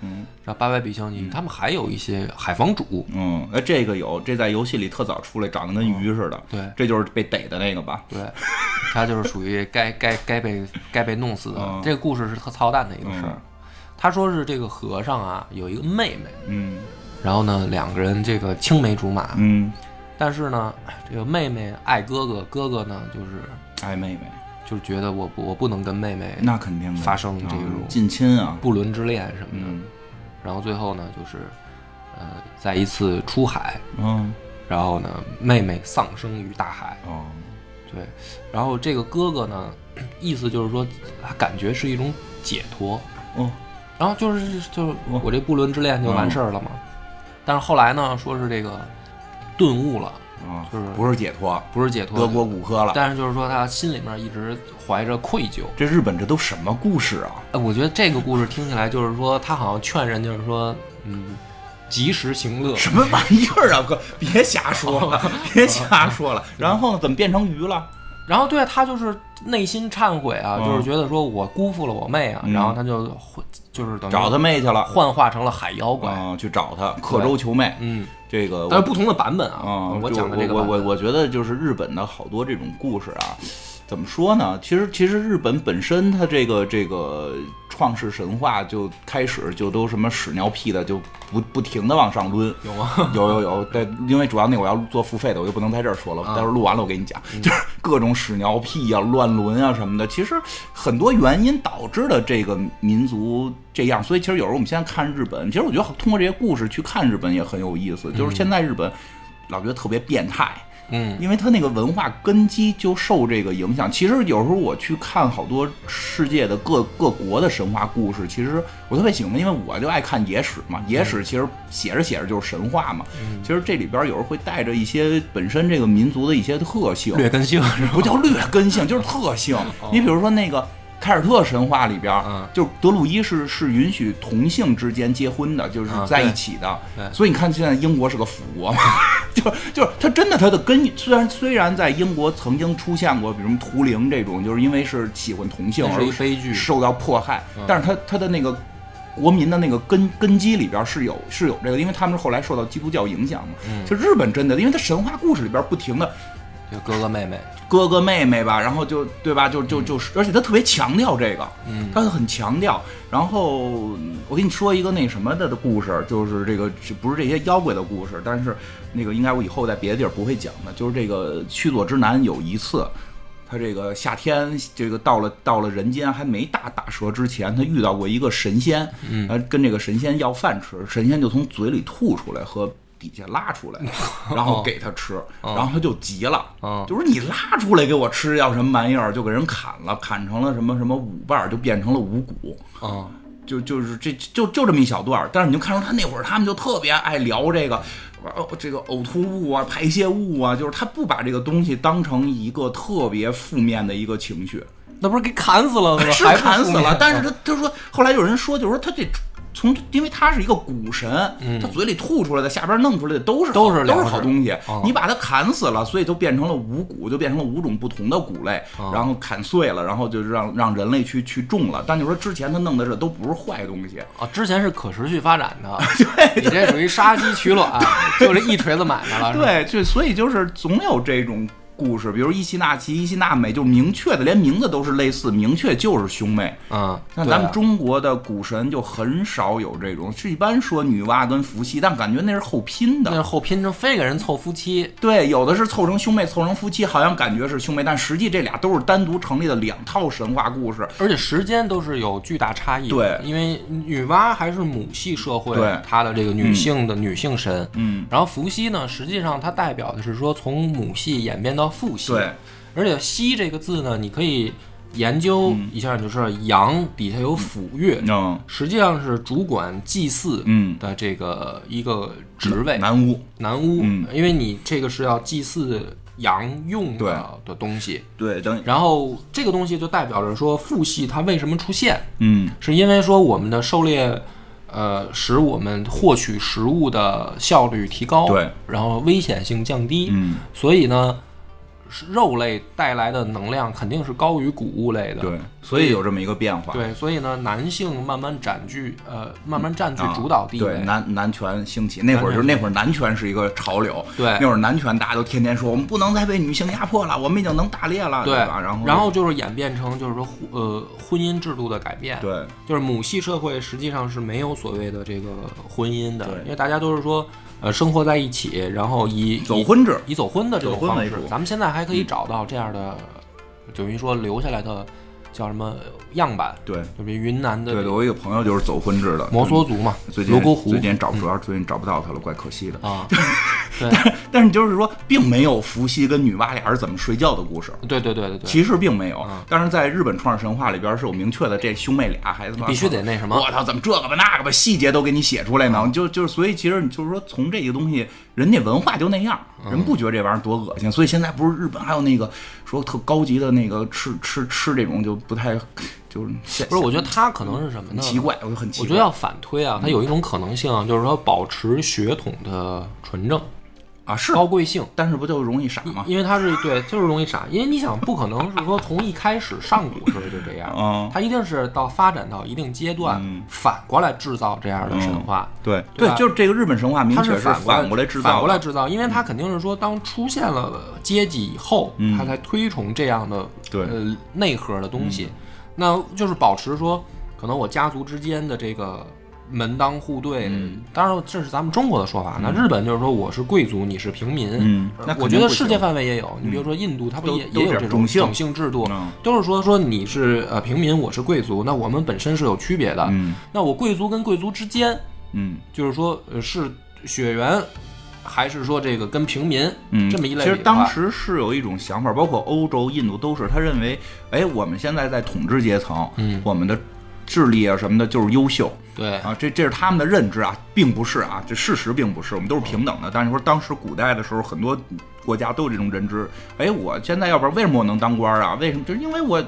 S1: 嗯
S2: 然后八百比丘尼他们还有一些海防主，
S1: 嗯，哎，这个有，这在游戏里特早出来，长得跟鱼似的。
S2: 嗯对
S1: 这就是被逮的那个吧？
S2: 对，他就是属于该该该被该被弄死的
S1: 嗯。
S2: 这个故事是特操蛋的一个事儿
S1: 嗯，
S2: 他说是这个和尚啊有一个妹妹，
S1: 嗯
S2: 然后呢两个人这个青梅竹马，
S1: 嗯，
S2: 但是呢这个妹妹爱哥哥，哥哥呢就是
S1: 爱哎妹妹，
S2: 就是觉得我不我不能跟妹妹
S1: 那肯定的
S2: 哎发生这
S1: 嗯
S2: 种
S1: 近亲啊。
S2: 不伦之恋什么的。
S1: 嗯
S2: 然后最后呢，就是呃，在一次出海，
S1: 嗯
S2: 然后呢，妹妹丧生于大海。
S1: 哦
S2: 对，然后这个哥哥呢，意思就是说，他感觉是一种解脱。
S1: 哦，
S2: 然后就是就是
S1: 哦
S2: 我这不伦之恋就完事儿了嘛。但是后来呢，说是这个顿悟了，
S1: 啊
S2: 就是
S1: 不是解脱，
S2: 不是解
S1: 德
S2: 脱，
S1: 国骨科了。
S2: 但是就是说他心里面一直怀着愧疚。
S1: 这日本这都什么故事啊？
S2: 哎，我觉得这个故事听起来就是说，他好像劝人就是说，嗯，及时行乐，
S1: 什么玩意儿啊！哥，别瞎说了，
S2: 哦
S1: 别瞎说了。然后呢，怎么变成鱼了？
S2: 然后对他就是内心忏悔啊，
S1: 嗯
S2: 就是觉得说我辜负了我妹啊，
S1: 嗯
S2: 然后他就会就是等于
S1: 找他妹去了，
S2: 幻化成了海妖怪，
S1: 啊，去找他，刻舟求妹。
S2: 嗯，
S1: 这个我
S2: 但是不同的版本啊，
S1: 啊，
S2: 我
S1: 就
S2: 讲的这个
S1: 我
S2: 版
S1: 我
S2: 本
S1: 我觉得就是日本的好多这种故事啊，怎么说呢？其实其实日本本身它这个这个创世神话就开始就都什么屎尿屁的就不不停的往上抡。
S2: 有吗？
S1: 有有有，对，因为主要那我要做付费的，我就不能在这儿说了。待会儿录完了我给你讲，就是各种屎尿屁呀、乱伦啊什么的，其实很多原因导致了这个民族这样。所以其实有时候我们现在看日本，其实我觉得通过这些故事去看日本也很有意思。就是现在日本老觉得特别变态，
S2: 嗯
S1: 因为它那个文化根基就受这个影响。其实有时候我去看好多世界的各各国的神话故事，其实我特别喜欢，因为我就爱看野史嘛。野史其实写着写着就是神话嘛。其实这里边有时候会带着一些本身这个民族的一些特性，
S2: 劣根性是吧？
S1: 不叫劣根性，就是特性。你比如说那个。凯尔特神话里边，
S2: 哦嗯
S1: 就是德鲁伊是是允许同性之间结婚的，就是
S2: 啊
S1: 在一
S2: 对
S1: 起的。
S2: 对
S1: 所以你看，现在英国是个腐国嘛， 就是就是它真的它的根，虽然虽然在英国曾经出现过，比如图灵这种，就是因为是喜欢同性
S2: 那
S1: 而
S2: 是一悲剧，嗯
S1: 受到迫害，但是它它的那个国民的那个根根基里边是有是有这个，因为他们是后来受到基督教影响嘛。
S2: 嗯
S1: 就日本真的，因为它神话故事里边不停的
S2: 就哥哥妹妹，
S1: 哥哥妹妹吧，然后就对吧，就就就是，而且他特别强调这个，
S2: 嗯
S1: 他很强调。然后嗯我跟你说一个那什么的的故事，就是这个这不是这些妖怪的故事，但是那个应该我以后在别的地儿不会讲的，就是这个须佐之男有一次。他这个夏天，这个到了到了人间还没大打折之前，他遇到过一个神仙，嗯，跟这个神仙要饭吃，神仙就从嘴里吐出来和。底下拉出来，然后给他吃，然后他就急了，
S2: 哦
S1: 就是你拉出来给我吃，要什么玩意儿？就给人砍了，砍成了什么什么五瓣儿，就变成了五谷。
S2: 嗯，
S1: 就就是这就就这么一小段儿，但是你就看出他那会儿他们就特别爱聊这个，呃，这个呕吐物啊、排泄物啊，就是他不把这个东西当成一个特别负面的一个情绪，
S2: 那不是给砍死了吗？
S1: 是
S2: 还不
S1: 砍
S2: 出
S1: 死
S2: 面啊
S1: 了，嗯但是他他说后来有人说，就是说他这从因为他是一个古神，他嘴里吐出来的、下边弄出来的嗯都是嗯
S2: 都
S1: 好都
S2: 是
S1: 是
S2: 粮食
S1: 好东西，
S2: 哦
S1: 你把它砍死了，所以就变成了五谷，就变成了五种不同的谷类，然后砍碎了，然后就让让人类去去种了。但就说之前他弄的这都不是坏东西，
S2: 啊，之前是可持续发展 的，啊你这属于杀鸡取卵，就这一锤子买卖了。是吧，
S1: 对，就所以就是总有这种故事，比如伊西纳奇、伊西纳美，就明确的，连名字都是类似，明确就是兄妹。
S2: 嗯，
S1: 像
S2: 对
S1: 咱们
S2: 啊
S1: 中国的古神就很少有这种，是一般说女娲跟伏羲，但感觉那是后拼
S2: 那
S1: 的。
S2: 后拼成非给人凑夫妻，
S1: 对，有的是凑成兄妹，凑成夫妻，好像感觉是兄妹，但实际这俩都是单独成立的两套神话故事。
S2: 而且时间都是有巨大差异的。
S1: 对
S2: 因为女娲还是母系社会，
S1: 对
S2: 她的这个女性的女性神。
S1: 嗯，
S2: 然后伏羲呢，实际上它代表的是说从母系演变到父系。
S1: 对，
S2: 而且“羲”这个字呢，你可以研究一下，就是阳底下有斧钺，
S1: 嗯
S2: 实际上是主管祭祀
S1: 嗯，
S2: 的这个一个职位。
S1: 南巫。
S2: 南巫，
S1: 嗯
S2: 因为你这个是要祭祀羊用
S1: 对
S2: 的的东西，
S1: 对，等于
S2: 然后这个东西就代表着说父系它为什么出现，
S1: 嗯
S2: 是因为说我们的狩猎，呃，使我们获取食物的效率提高，
S1: 对，
S2: 然后危险性降低，
S1: 嗯，
S2: 所以呢，是肉类带来的能量肯定是高于谷物类的，
S1: 对，所以有这么一个变化。
S2: 对，所以呢，男性慢慢占据，呃，慢慢占据
S1: 啊
S2: 主导地位，
S1: 对，男男权兴起那会儿，就是那会儿男权是一个潮流。
S2: 对
S1: 那会儿男权大家都天天说，我们不能再被女性压迫了，我们已经能打猎了，
S2: 对
S1: 吧？然后
S2: 然后就是演变成就是说婚呃婚姻制度的改变，，
S1: 对
S2: 就是母系社会实际上是没有所谓的这个婚姻的
S1: 对，
S2: 因为大家都是说呃生活在一起，然后以
S1: 走
S2: 以
S1: 婚制，
S2: 以走婚的这种
S1: 走婚
S2: 方
S1: 为
S2: 式
S1: 主，嗯
S2: 咱们现在还可以找到这样的，等于说留下来的叫什么样板，
S1: 对
S2: 就比如云南的
S1: 对，我有一个朋友就是走婚制的，
S2: 摩梭族嘛
S1: 最，近
S2: 罗锅湖
S1: 最近找主要最近找不到他了，怪可惜的。
S2: 啊，
S1: 但是你就是说，并没有伏羲跟女娲俩人怎么睡觉的故事。
S2: 对啊对 对对对，
S1: 其实并没有，但是在日本创世神话里边是有明确的，这兄妹俩还他妈
S2: 必须得那什么嗯
S1: 我操，怎么这个吧那个吧，细节都给你写出来呢？就就是，所以其实你就是说，从这个东西，人家文化就那样，
S2: 嗯
S1: 人不觉得这玩意儿多恶心。所以现在不是日本还有那个说特高级的那个吃吃吃这种就不太就是
S2: 不是，我觉得他可能是什么呢？
S1: 奇怪，我就很奇
S2: 我
S1: 怪。
S2: 觉得要反推啊，它有一种可能性啊，就是说保持血统的纯正、
S1: 啊是，
S2: 高贵性，
S1: 但是不就容易傻吗？
S2: 因为它是对，就是容易傻，因为你想，不可能是说从一开始上古时候就这样，
S1: 嗯，
S2: 它一定是到发展到一定阶段，反过来制造这样的神话。
S1: 对
S2: 对吧
S1: 就是这个日本神话明
S2: 它
S1: 确
S2: 是
S1: 是
S2: 过
S1: 反过来制
S2: 反
S1: 造
S2: 过
S1: 的，
S2: 来制造，因为它肯定是说，当出现了阶级以后，它才推崇这样的
S1: 嗯对嗯
S2: 呃内核的东西。那就是保持说，可能我家族之间的这个门当户对，
S1: 嗯
S2: 当然这是咱们中国的说法。那日本就是说，我是贵族，你是平民。
S1: 嗯那肯
S2: 我
S1: 定
S2: 觉得
S1: 不
S2: 世
S1: 行嗯
S2: 界范围也有，你比如说印度，它不
S1: 都
S2: 也
S1: 都
S2: 也有
S1: 是
S2: 这种
S1: 种姓
S2: 种姓制度
S1: 嗯，
S2: 都是说说你是呃平民，我是贵族，那我们本身是有区别的。
S1: 嗯
S2: 那我贵族跟贵族之间。
S1: 嗯。
S2: 就是说呃是血缘，还是说这个跟平民、
S1: 嗯，
S2: 这么一类
S1: 其实
S2: 比的
S1: 当
S2: 话
S1: 时是有一种想法，包括欧洲、印度都是，他认为，哎，我们现在在统治阶层，
S2: 嗯
S1: 我们的智力啊什么的，就是优秀
S2: 对
S1: 啊，这这是他们的认知啊，并不是啊，这事实并不是，我们都是平等的。但是说当时古代的时候，很多国家都有这种认知，哎，我现在要不然为什么我能当官啊？为什么？就是因为我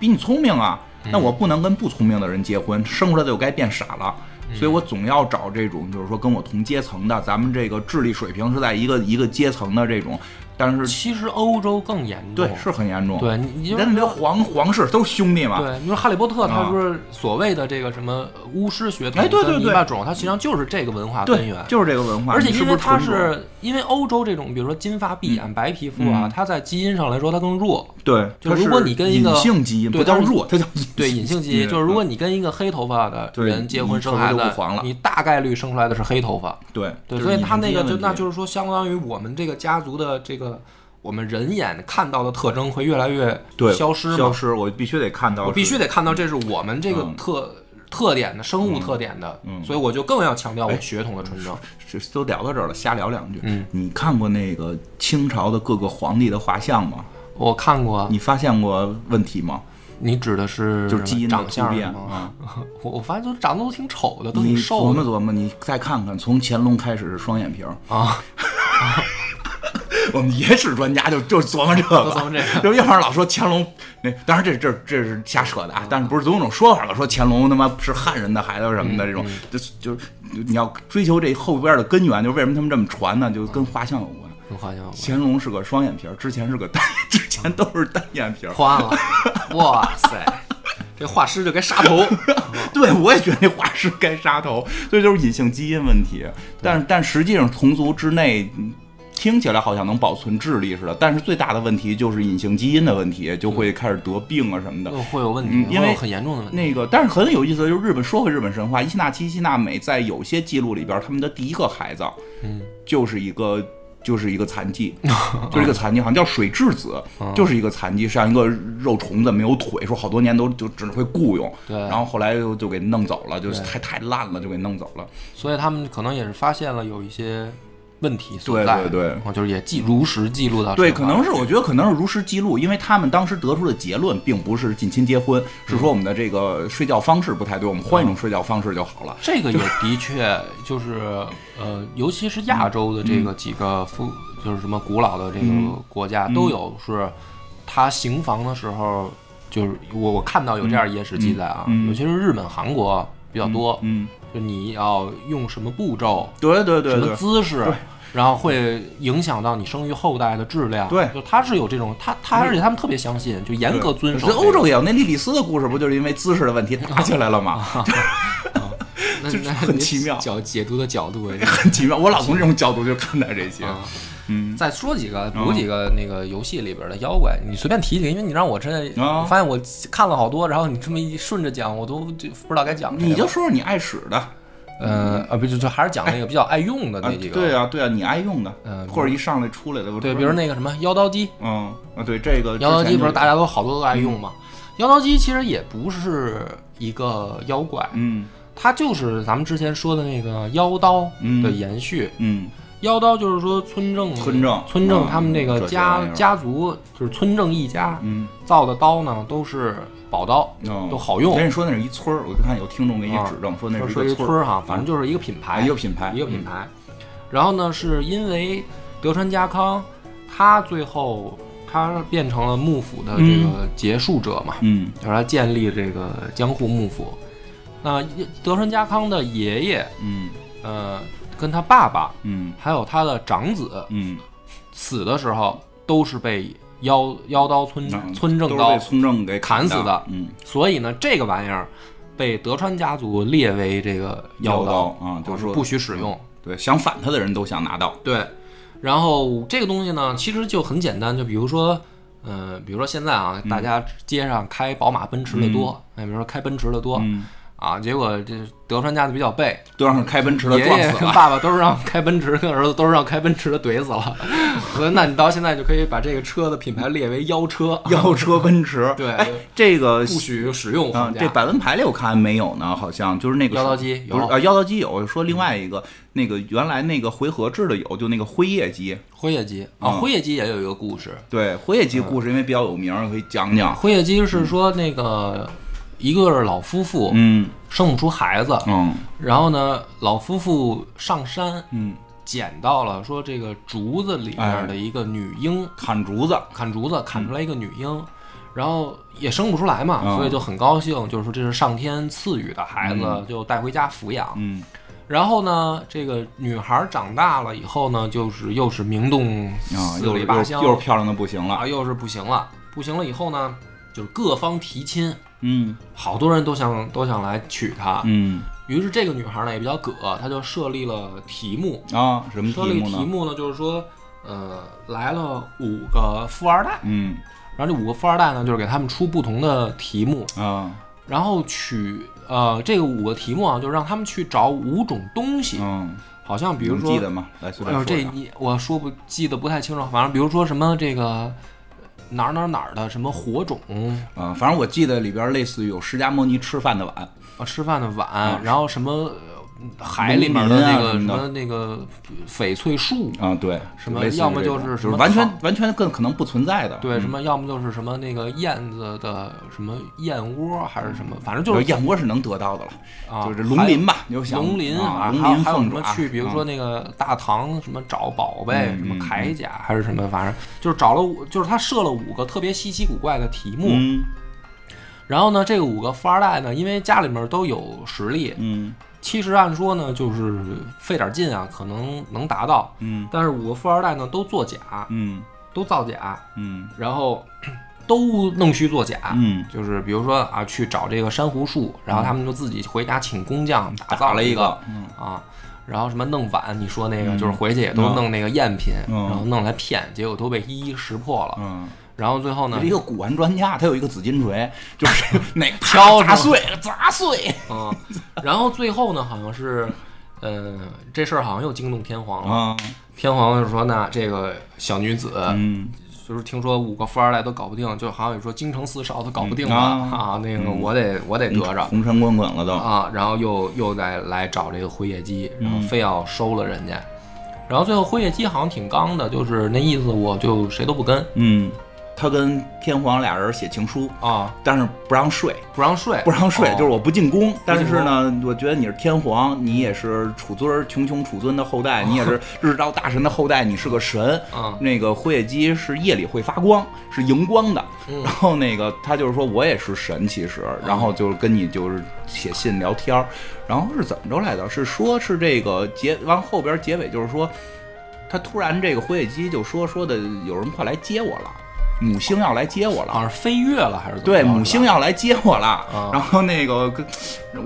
S1: 比你聪明啊，那我不能跟不聪明的人结婚，生出来就该变傻了。
S2: 嗯
S1: 所以我总要找这种，就是说跟我同阶层的，咱们这个智力水平是在一个一个阶层的这种，但是
S2: 其实欧洲更严重，
S1: 对是很严重，，
S2: 对，你你就
S1: 人家
S2: 说。
S1: 皇皇室都是兄弟嘛，
S2: 对，你说《哈利波特》，
S1: 啊
S2: 它不是所谓的这个什么巫师血统、
S1: 哎对对对
S2: 泥巴种，它实际上就是这个文化根
S1: 对
S2: 源，。
S1: 就是这个文化，
S2: 而且
S1: 你是
S2: 因
S1: 不
S2: 为
S1: 是
S2: 它
S1: 纯嗯种
S2: 是因为欧洲这种，比如说金发碧眼、白皮肤啊，它在基因上来说它更弱。
S1: 对，
S2: 就
S1: 它
S2: 如
S1: 是
S2: 果你跟一个
S1: 隐性基因
S2: 对
S1: 不叫
S2: 它是
S1: 弱，它叫隐
S2: 对隐性基
S1: 嗯
S2: 因，就是如果你跟一个黑头发的
S1: 对
S2: 人结婚
S1: 你
S2: 生
S1: 头发
S2: 孩
S1: 就
S2: 子
S1: 不黄了，
S2: 你大概率生出来的是黑头发。
S1: 对
S2: 对，
S1: 就是
S2: 所以
S1: 隐
S2: 他
S1: 性
S2: 那
S1: 基因
S2: 个就
S1: 问
S2: 那
S1: 题
S2: 就是说，相当于我们这个家族的这个我们人眼看到的特征会越来越
S1: 对，
S2: 消失
S1: 消
S2: 嘛。
S1: 失，我必须得看到，
S2: 我必须得看到这是我们这个
S1: 嗯
S2: 特、特点的生物特点的，所以我就更要强调我
S1: 哎
S2: 血统的纯正。
S1: 这都聊到这儿了，瞎聊两句。
S2: 嗯，
S1: 你看过那个清朝的各个皇帝的画像吗？
S2: 我看过，
S1: 你发现过问题吗？
S2: 你指的是
S1: 就是基因的
S2: 嗯长
S1: 突
S2: 相
S1: 变
S2: 吗？
S1: 啊！
S2: 我我发现都长得都挺丑的，都
S1: 你
S2: 挺
S1: 琢
S2: 瘦
S1: 磨
S2: 的
S1: 琢磨，你再看看，从乾隆开始是双眼皮儿，
S2: 啊，
S1: 我们野史专家就就琢磨这
S2: 都琢
S1: 个。
S2: 磨这个。
S1: 就要不然老说乾隆，那当然这这这是瞎扯
S2: 嗯
S1: 的啊，但是不是总有种说法了，说乾隆他妈是汉人的孩子什
S2: 嗯
S1: 么的这种，就是就是你要追求这后边的根源，就是为什么他们这么传呢？就跟画像有关。
S2: 我好像
S1: 乾隆是个双眼皮儿，之前是个单， 之前都是单眼皮儿。
S2: 破案了，哇塞，这画师就该杀 头。
S1: 对，我也觉得那画师该杀头，所以就是隐性基因问题。但但实际上，同族之内嗯听起来好像能保存智力似的，但是最大的问题就是隐性基因的问题，就会开始得病啊什么的。
S2: 会有问题，
S1: 嗯因为
S2: 会有很严重的问题。
S1: 那个，但是很有意思的就是日本说回日本神话，伊西纳七、伊西纳美在有些记录里边，他们的第一个孩子，啊
S2: 嗯，
S1: 就是一个就是一个残 疾，就是一个残疾，好像叫水蛭子，
S2: 啊
S1: 就是一个残疾，像一个肉虫子，没有腿，说好多年都就只会雇佣，
S2: 对
S1: 然后后来就就给弄走了，就是
S2: 对
S1: 太太烂了，就给弄走了。
S2: 所以他们可能也是发现了有一些问题所
S1: 对
S2: 在，
S1: 对对
S2: 哦，就是也记如实记录到
S1: 对，
S2: 神
S1: 可
S2: 话
S1: 能是我觉得可能是如实记录，因为他们当时得出的结论并不是近亲结婚，是
S2: 嗯
S1: 说我们的这个睡觉方式不太对，我们换一种睡觉方式就好了。
S2: 这个也的确就是呃，尤其是
S1: 嗯
S2: 亚洲的这个几个富，就是什么古老的这个
S1: 嗯
S2: 国家、都有是，他行房的时候，就是我我看到有这样野史记载啊，尤其是日本、韩国比较多，
S1: 嗯，
S2: 就你要用什么步骤、
S1: 对对对
S2: 什
S1: 对
S2: 么，姿势。然后会影响到你生育后代的质量，
S1: 对嗯
S2: 就他是有这种，他他而且他们特别相信，就严格遵守
S1: 这
S2: 这个。
S1: 欧洲也有，那莉莉丝的故事不就是因为姿势的问题打起来了吗？
S2: 啊那
S1: 就是
S2: 那
S1: 很
S2: 你
S1: 奇妙 嗯
S2: 角解读的角度也是
S1: 很奇妙，我老从这种角度去看待这些。
S2: 啊。
S1: 嗯，
S2: 再说几个，补几个那个游戏里边的妖怪，你随便提几个，因为你让我真的，
S1: 啊
S2: 我发现我看了好多，然后你这么一顺着讲，我都就不知道该讲谁了。
S1: 你就说说你爱使的，
S2: 呃啊，不就就还是讲那个比较爱用的那几个，
S1: 对啊，对啊，你爱用的，
S2: 嗯
S1: 或者一上来出来的，我
S2: 对
S1: 说
S2: 比如那个什么妖刀姬，
S1: 嗯啊，对这个嗯
S2: 妖刀姬不是
S1: 打
S2: 大家都好多都爱用嘛？妖刀姬其实也不是一个妖怪，
S1: 嗯
S2: 它就是咱们之前说的那个妖刀的延续。
S1: 嗯
S2: 妖刀就是说村正
S1: 村正
S2: 村正他们那
S1: 嗯
S2: 个
S1: 这些
S2: 家
S1: 玩意儿
S2: 家族就是村正一家，
S1: 嗯
S2: 造的刀呢都是宝刀，
S1: 嗯
S2: 都好用
S1: 人。家说那是一村儿，我看有听众给你指正说那
S2: 就是说一
S1: 个
S2: 村
S1: 儿
S2: 儿哈，反正就是一个品
S1: 啊
S2: 牌，
S1: 一个品牌，
S2: 一个品牌。然后呢，是因为德川家康，他最后他变成了幕府的这个结束者嘛，
S1: 嗯
S2: 就是他建立这个江户幕府。那德川家康的爷爷，
S1: 嗯
S2: 呃，跟他爸爸，
S1: 嗯
S2: 还有他的长子，
S1: 嗯，
S2: 死的时候都是被妖妖刀村
S1: 嗯
S2: 村正
S1: 都是
S2: 刀
S1: 被，村正给
S2: 砍死的
S1: 的，嗯，
S2: 所以呢，这个玩意儿被德川家族列为这个
S1: 妖
S2: 刀，
S1: 啊，就是说嗯
S2: 不许使用。
S1: 对想反他的人都想拿到，
S2: 对，然后这个东西呢，其实就很简单，就比如说。嗯，比如说现在啊，大家街上开宝马、奔驰的多，哎、比如说开奔驰的多、
S1: 嗯，
S2: 啊，结果这德川家族比较背，
S1: 都让开奔驰的
S2: 爷
S1: 撞
S2: 爷
S1: 死
S2: 跟
S1: 了，
S2: 爸爸都是让开奔驰，跟儿子都是让开奔驰的怼死了。所以，那你到现在就可以把这个车的品牌列为妖车，
S1: 要车奔驰，
S2: 对
S1: 哎，这个
S2: 不许使用
S1: 啊
S2: 皇，家。
S1: 这百闻牌里我看没有呢，好像就是那个
S2: 妖刀姬有嗯
S1: 不是啊，妖刀姬有说另外一个那个原来那个回合制的有，就那个辉夜姬，
S2: 辉夜姬啊，
S1: 嗯
S2: 辉夜姬也有一个故事。
S1: 对，辉夜
S2: 嗯
S1: 姬故事因为比较有名儿，可以讲讲。
S2: 辉夜姬是说那个一个老夫妇
S1: 嗯
S2: 生不出孩子，
S1: 嗯
S2: 然后呢，老夫妇上山
S1: 嗯，哎
S2: 捡到了说这个竹子里面的一个女婴，
S1: 砍竹子，
S2: 砍竹子砍出来一个女婴。然后也生不出来嘛，
S1: 嗯
S2: 所以就很高兴，就是说这是上天赐予的孩子，就带回家抚养。
S1: 嗯
S2: 然后呢，这个女孩长大了以后呢，就是又是名动
S1: 啊，
S2: 四
S1: 又
S2: 里
S1: 是
S2: 八
S1: 又是
S2: 乡，
S1: 又是漂亮的不行了。
S2: 啊，又是不行了，不行了以后呢，就是各方提亲，
S1: 嗯
S2: 好多人都想都想来娶她。
S1: 嗯
S2: 于是这个女孩呢也比较葛，她就设立了题目，
S1: 啊，什么
S2: 设立
S1: 题目
S2: 题
S1: 呢？
S2: 目呢就是说，呃，来了五个富二代，
S1: 嗯
S2: 然后这五个富二代呢就是给他们出不同的题目，
S1: 啊
S2: 然后取呃这个五个题目啊，就让他们去找五种东西，
S1: 嗯
S2: 好像比
S1: 你
S2: 如
S1: 们
S2: 说
S1: 记得吗？来随
S2: 哎
S1: 便说
S2: 呦，这
S1: 一下
S2: 你我说不记得不太清楚，反正比如说什么这个哪儿哪儿哪儿的什么火种
S1: 啊、反正我记得里边类似于有释迦牟尼吃饭的碗，
S2: 啊，吃饭的碗，然后什么呃海
S1: 农
S2: 里面
S1: 民
S2: 的
S1: 啊
S2: 那个
S1: 什
S2: 什
S1: 么的
S2: 么那个翡翠树，
S1: 啊，对，
S2: 什么
S1: 类似于
S2: 要么
S1: 这种
S2: 就是
S1: 就是
S2: 什么
S1: 完
S2: 草
S1: 全完全更可能不存在的，
S2: 对，什么要么就是什么那个燕子的什么燕窝还是什么，反正
S1: 就
S2: 就是是
S1: 燕窝是能得到的了，
S2: 啊
S1: 就是龙鳞吧，你就想
S2: 龙鳞
S1: 啊，
S2: 啊，
S1: 龙
S2: 还有
S1: 鳞
S2: 还有
S1: 凤
S2: 什
S1: 爪啊
S2: 么，去，比如说那个大唐什么找宝贝，
S1: 嗯
S2: 什么
S1: 嗯
S2: 铠甲还是什么，反正就是找了五，就是他设了五个特别稀奇古怪的题目。
S1: 嗯
S2: 然后呢，这个五个富二代呢，因为家里面都有实力，
S1: 嗯
S2: 其实按说呢，就是费点劲啊，可能能达到。
S1: 嗯
S2: 但是五个富二代呢，都作假，
S1: 嗯
S2: 都造假，
S1: 嗯
S2: 然后 都弄虚作假。
S1: 嗯，
S2: 就是比如说啊，去找这个珊瑚树，然后他们就自己回家请工匠打
S1: 打
S2: 造
S1: 了
S2: 一
S1: 个嗯
S2: 个，啊，然后什么弄碗，你说那个、就是回去也都
S1: 嗯
S2: 弄那个赝品，
S1: 嗯
S2: 然后弄来骗，结果都被一一识破了。
S1: 嗯，
S2: 然后最后
S1: 这
S2: 呢
S1: 是一，个古玩专家，他有一个紫金锤，就是 哪个
S2: 敲
S1: 砸
S2: 是
S1: 碎砸 碎
S2: 嗯，然后最后呢，好像是，呃，这事儿好像又惊动天皇了。
S1: 啊，
S2: 天皇就说：“那这个小女子，
S1: 嗯
S2: 就是听说五个富二代都搞不定，就好像有说京城四少都搞不定
S1: 嗯
S2: 了
S1: 啊
S2: 啊，那个我得我得得着。”
S1: 红尘滚滚了都，
S2: 啊，然后又又再来找这个辉夜姬，然
S1: 嗯
S2: 后非要收了人家，然后最后辉夜姬好像挺刚的，就是那意思，我就谁都不跟
S1: 嗯，他跟天皇俩人写情书，
S2: 啊，
S1: 但是不让睡，
S2: 不让睡，
S1: 不让睡，
S2: 哦
S1: 就是我不进宫。但是呢，我觉得你是天皇，你也是楚尊儿穷穷楚尊的后代，你也是日照大神的后代，你是个神。
S2: 嗯
S1: 那个辉夜姬是夜里会发光，是荧光的。然后那个他就是说我也是神，其实，然后就是跟你就是写信聊天儿，然后是怎么着来的？是说是这个结完后边结尾就是说，他突然这个辉夜姬就说说的有人快来接我了，母星要来接我了
S2: 好。像是飞跃了还是怎么着
S1: 对，
S2: 是吧
S1: 母星要来接我了。
S2: 嗯啊
S1: 然后那个跟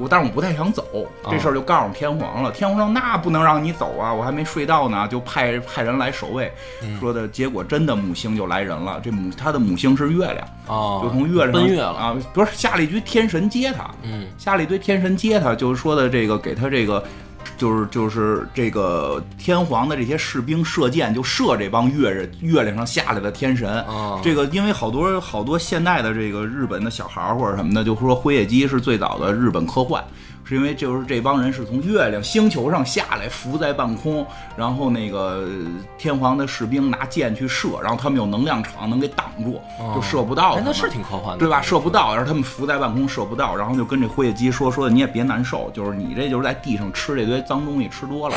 S1: 我，但是我不太想走，这事儿就告诉天皇了。天皇说那不能让你走啊，我还没睡到呢，就派派人来守卫。
S2: 嗯
S1: 说的结果真的母星就来人了，这母他的母星是月亮，
S2: 啊，
S1: 就从月亮
S2: 奔月了，
S1: 啊，不是下了一堆天神接他，
S2: 嗯，
S1: 下了一堆天神接他，就是说的这个给他这个。就是就是这个天皇的这些士兵射箭，就射这帮月人月亮上下来的天神。
S2: 啊
S1: 这个因为好多好多现代的这个日本的小孩儿或者什么的，就说辉夜姬是最早的日本科幻，是因为就是这帮人是从月亮星球上下来，浮在半空，然后那个天皇的士兵拿箭去射，然后他们有能量场能给挡住，就射不到他
S2: 哎，
S1: 们。
S2: 那是挺科幻的，
S1: 对吧？射不到，然后他们浮在半空射不到，然后就跟这灰夜姬说说，你也别难受，就是你这就是在地上吃这堆脏东西吃多 了，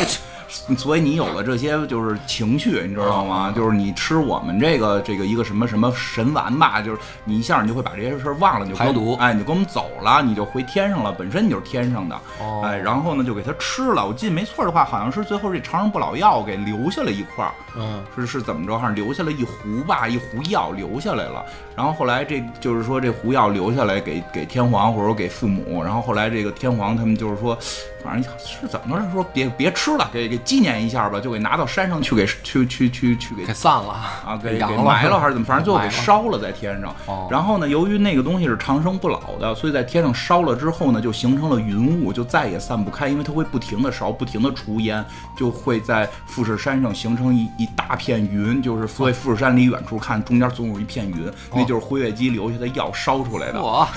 S1: 所以你有了这些就是情绪，你知道
S2: 哦
S1: 吗？就是你吃我们这个这个一个什么什么神丸吧，就是你一下你就会把这些事儿忘了，你就跟
S2: 排毒
S1: 哎，你就跟我们走了，你就回天上了，本身你就是天上的，
S2: 哦
S1: 哎，然后呢就给他吃了。我记得没错的话，好像是最后这长生不老药给留下了一块儿。
S2: 嗯，
S1: 是是怎么着？好像留下了一壶吧，一壶药留下来了。然后后来这就是说这壶药留下来给给天皇或者给父母。然后后来这个天皇他们就是说，反正是怎么着说别别吃了，给给纪念一下吧，就给拿到山上去给去去去去给
S2: 给散了
S1: 啊给
S2: 给
S1: 给
S2: 扬
S1: 埋了还是怎么，反正最后给
S2: 埋了
S1: 烧了在天上。
S2: 哦
S1: 然后呢，由于那个东西是长生不老的，所以在天上烧了之后呢，就形成了云雾，就再也散不开，因为它会不停的烧，不停的除烟，就会在富士山上形成一一大片云，就是所以
S2: 哦
S1: 富士山离远处看，中间总有一片云，那就是辉月姬留下的药烧出来的。
S2: 我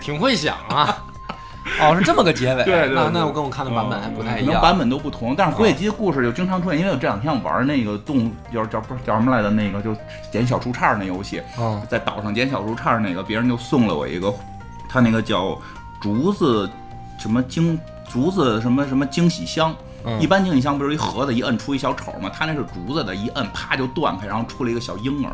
S2: 挺会想啊，哦，是这么个结 尾，
S1: 对对对哦嗯
S2: 那那我跟我看的版本还不太
S1: 可
S2: 一
S1: 能
S2: 样，哦
S1: 版本都不同，但是《火野鸡》的故事就经常出现，因为我这两天我玩那个动物叫叫不是叫什么来的那个，就捡小树杈儿那游戏，
S2: 嗯
S1: 在岛上捡小树杈儿那个，别人就送了我一个，他那个叫竹子什么惊竹子什么什么惊喜箱。
S2: 嗯
S1: 一般惊喜箱不是一盒子一摁出一小丑吗？他那是竹子的，一摁啪就断开，然后出了一个小婴儿，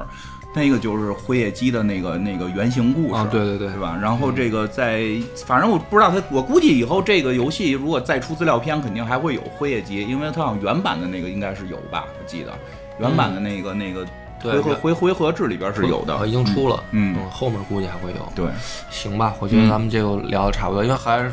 S1: 那个就是灰夜姬的那个那个原型故事。
S2: 啊，对对对
S1: 对，吧？然后这个在，反正我不知道它，我估计以后这个游戏如果再出资料片，肯定还会有辉夜姬，因为它好像原版的那个应该是有吧，我记得原版的那个、那个
S2: 对
S1: 回合
S2: 原
S1: 回回合制里边是有的
S2: 啊，已经出了，
S1: 嗯嗯
S2: 后面估计还会有，
S1: 对，
S2: 行吧，我觉
S1: 嗯
S2: 得咱们这个聊的差不多，因为还是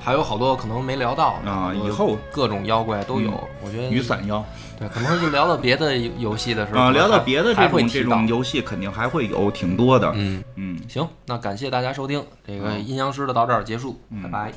S2: 还有好多可能没聊到
S1: 啊
S2: 有
S1: 以后嗯
S2: 各种妖怪都有。我觉得
S1: 雨伞妖
S2: 对，可能就聊到别的游戏的时候
S1: 啊，聊到别的这
S2: 还会
S1: 种这
S2: 提到
S1: 种。游戏，肯定还会有挺多的，
S2: 嗯，
S1: 嗯嗯
S2: 行，那感谢大家收听这个《阴阳师》的到这儿结束，拜拜。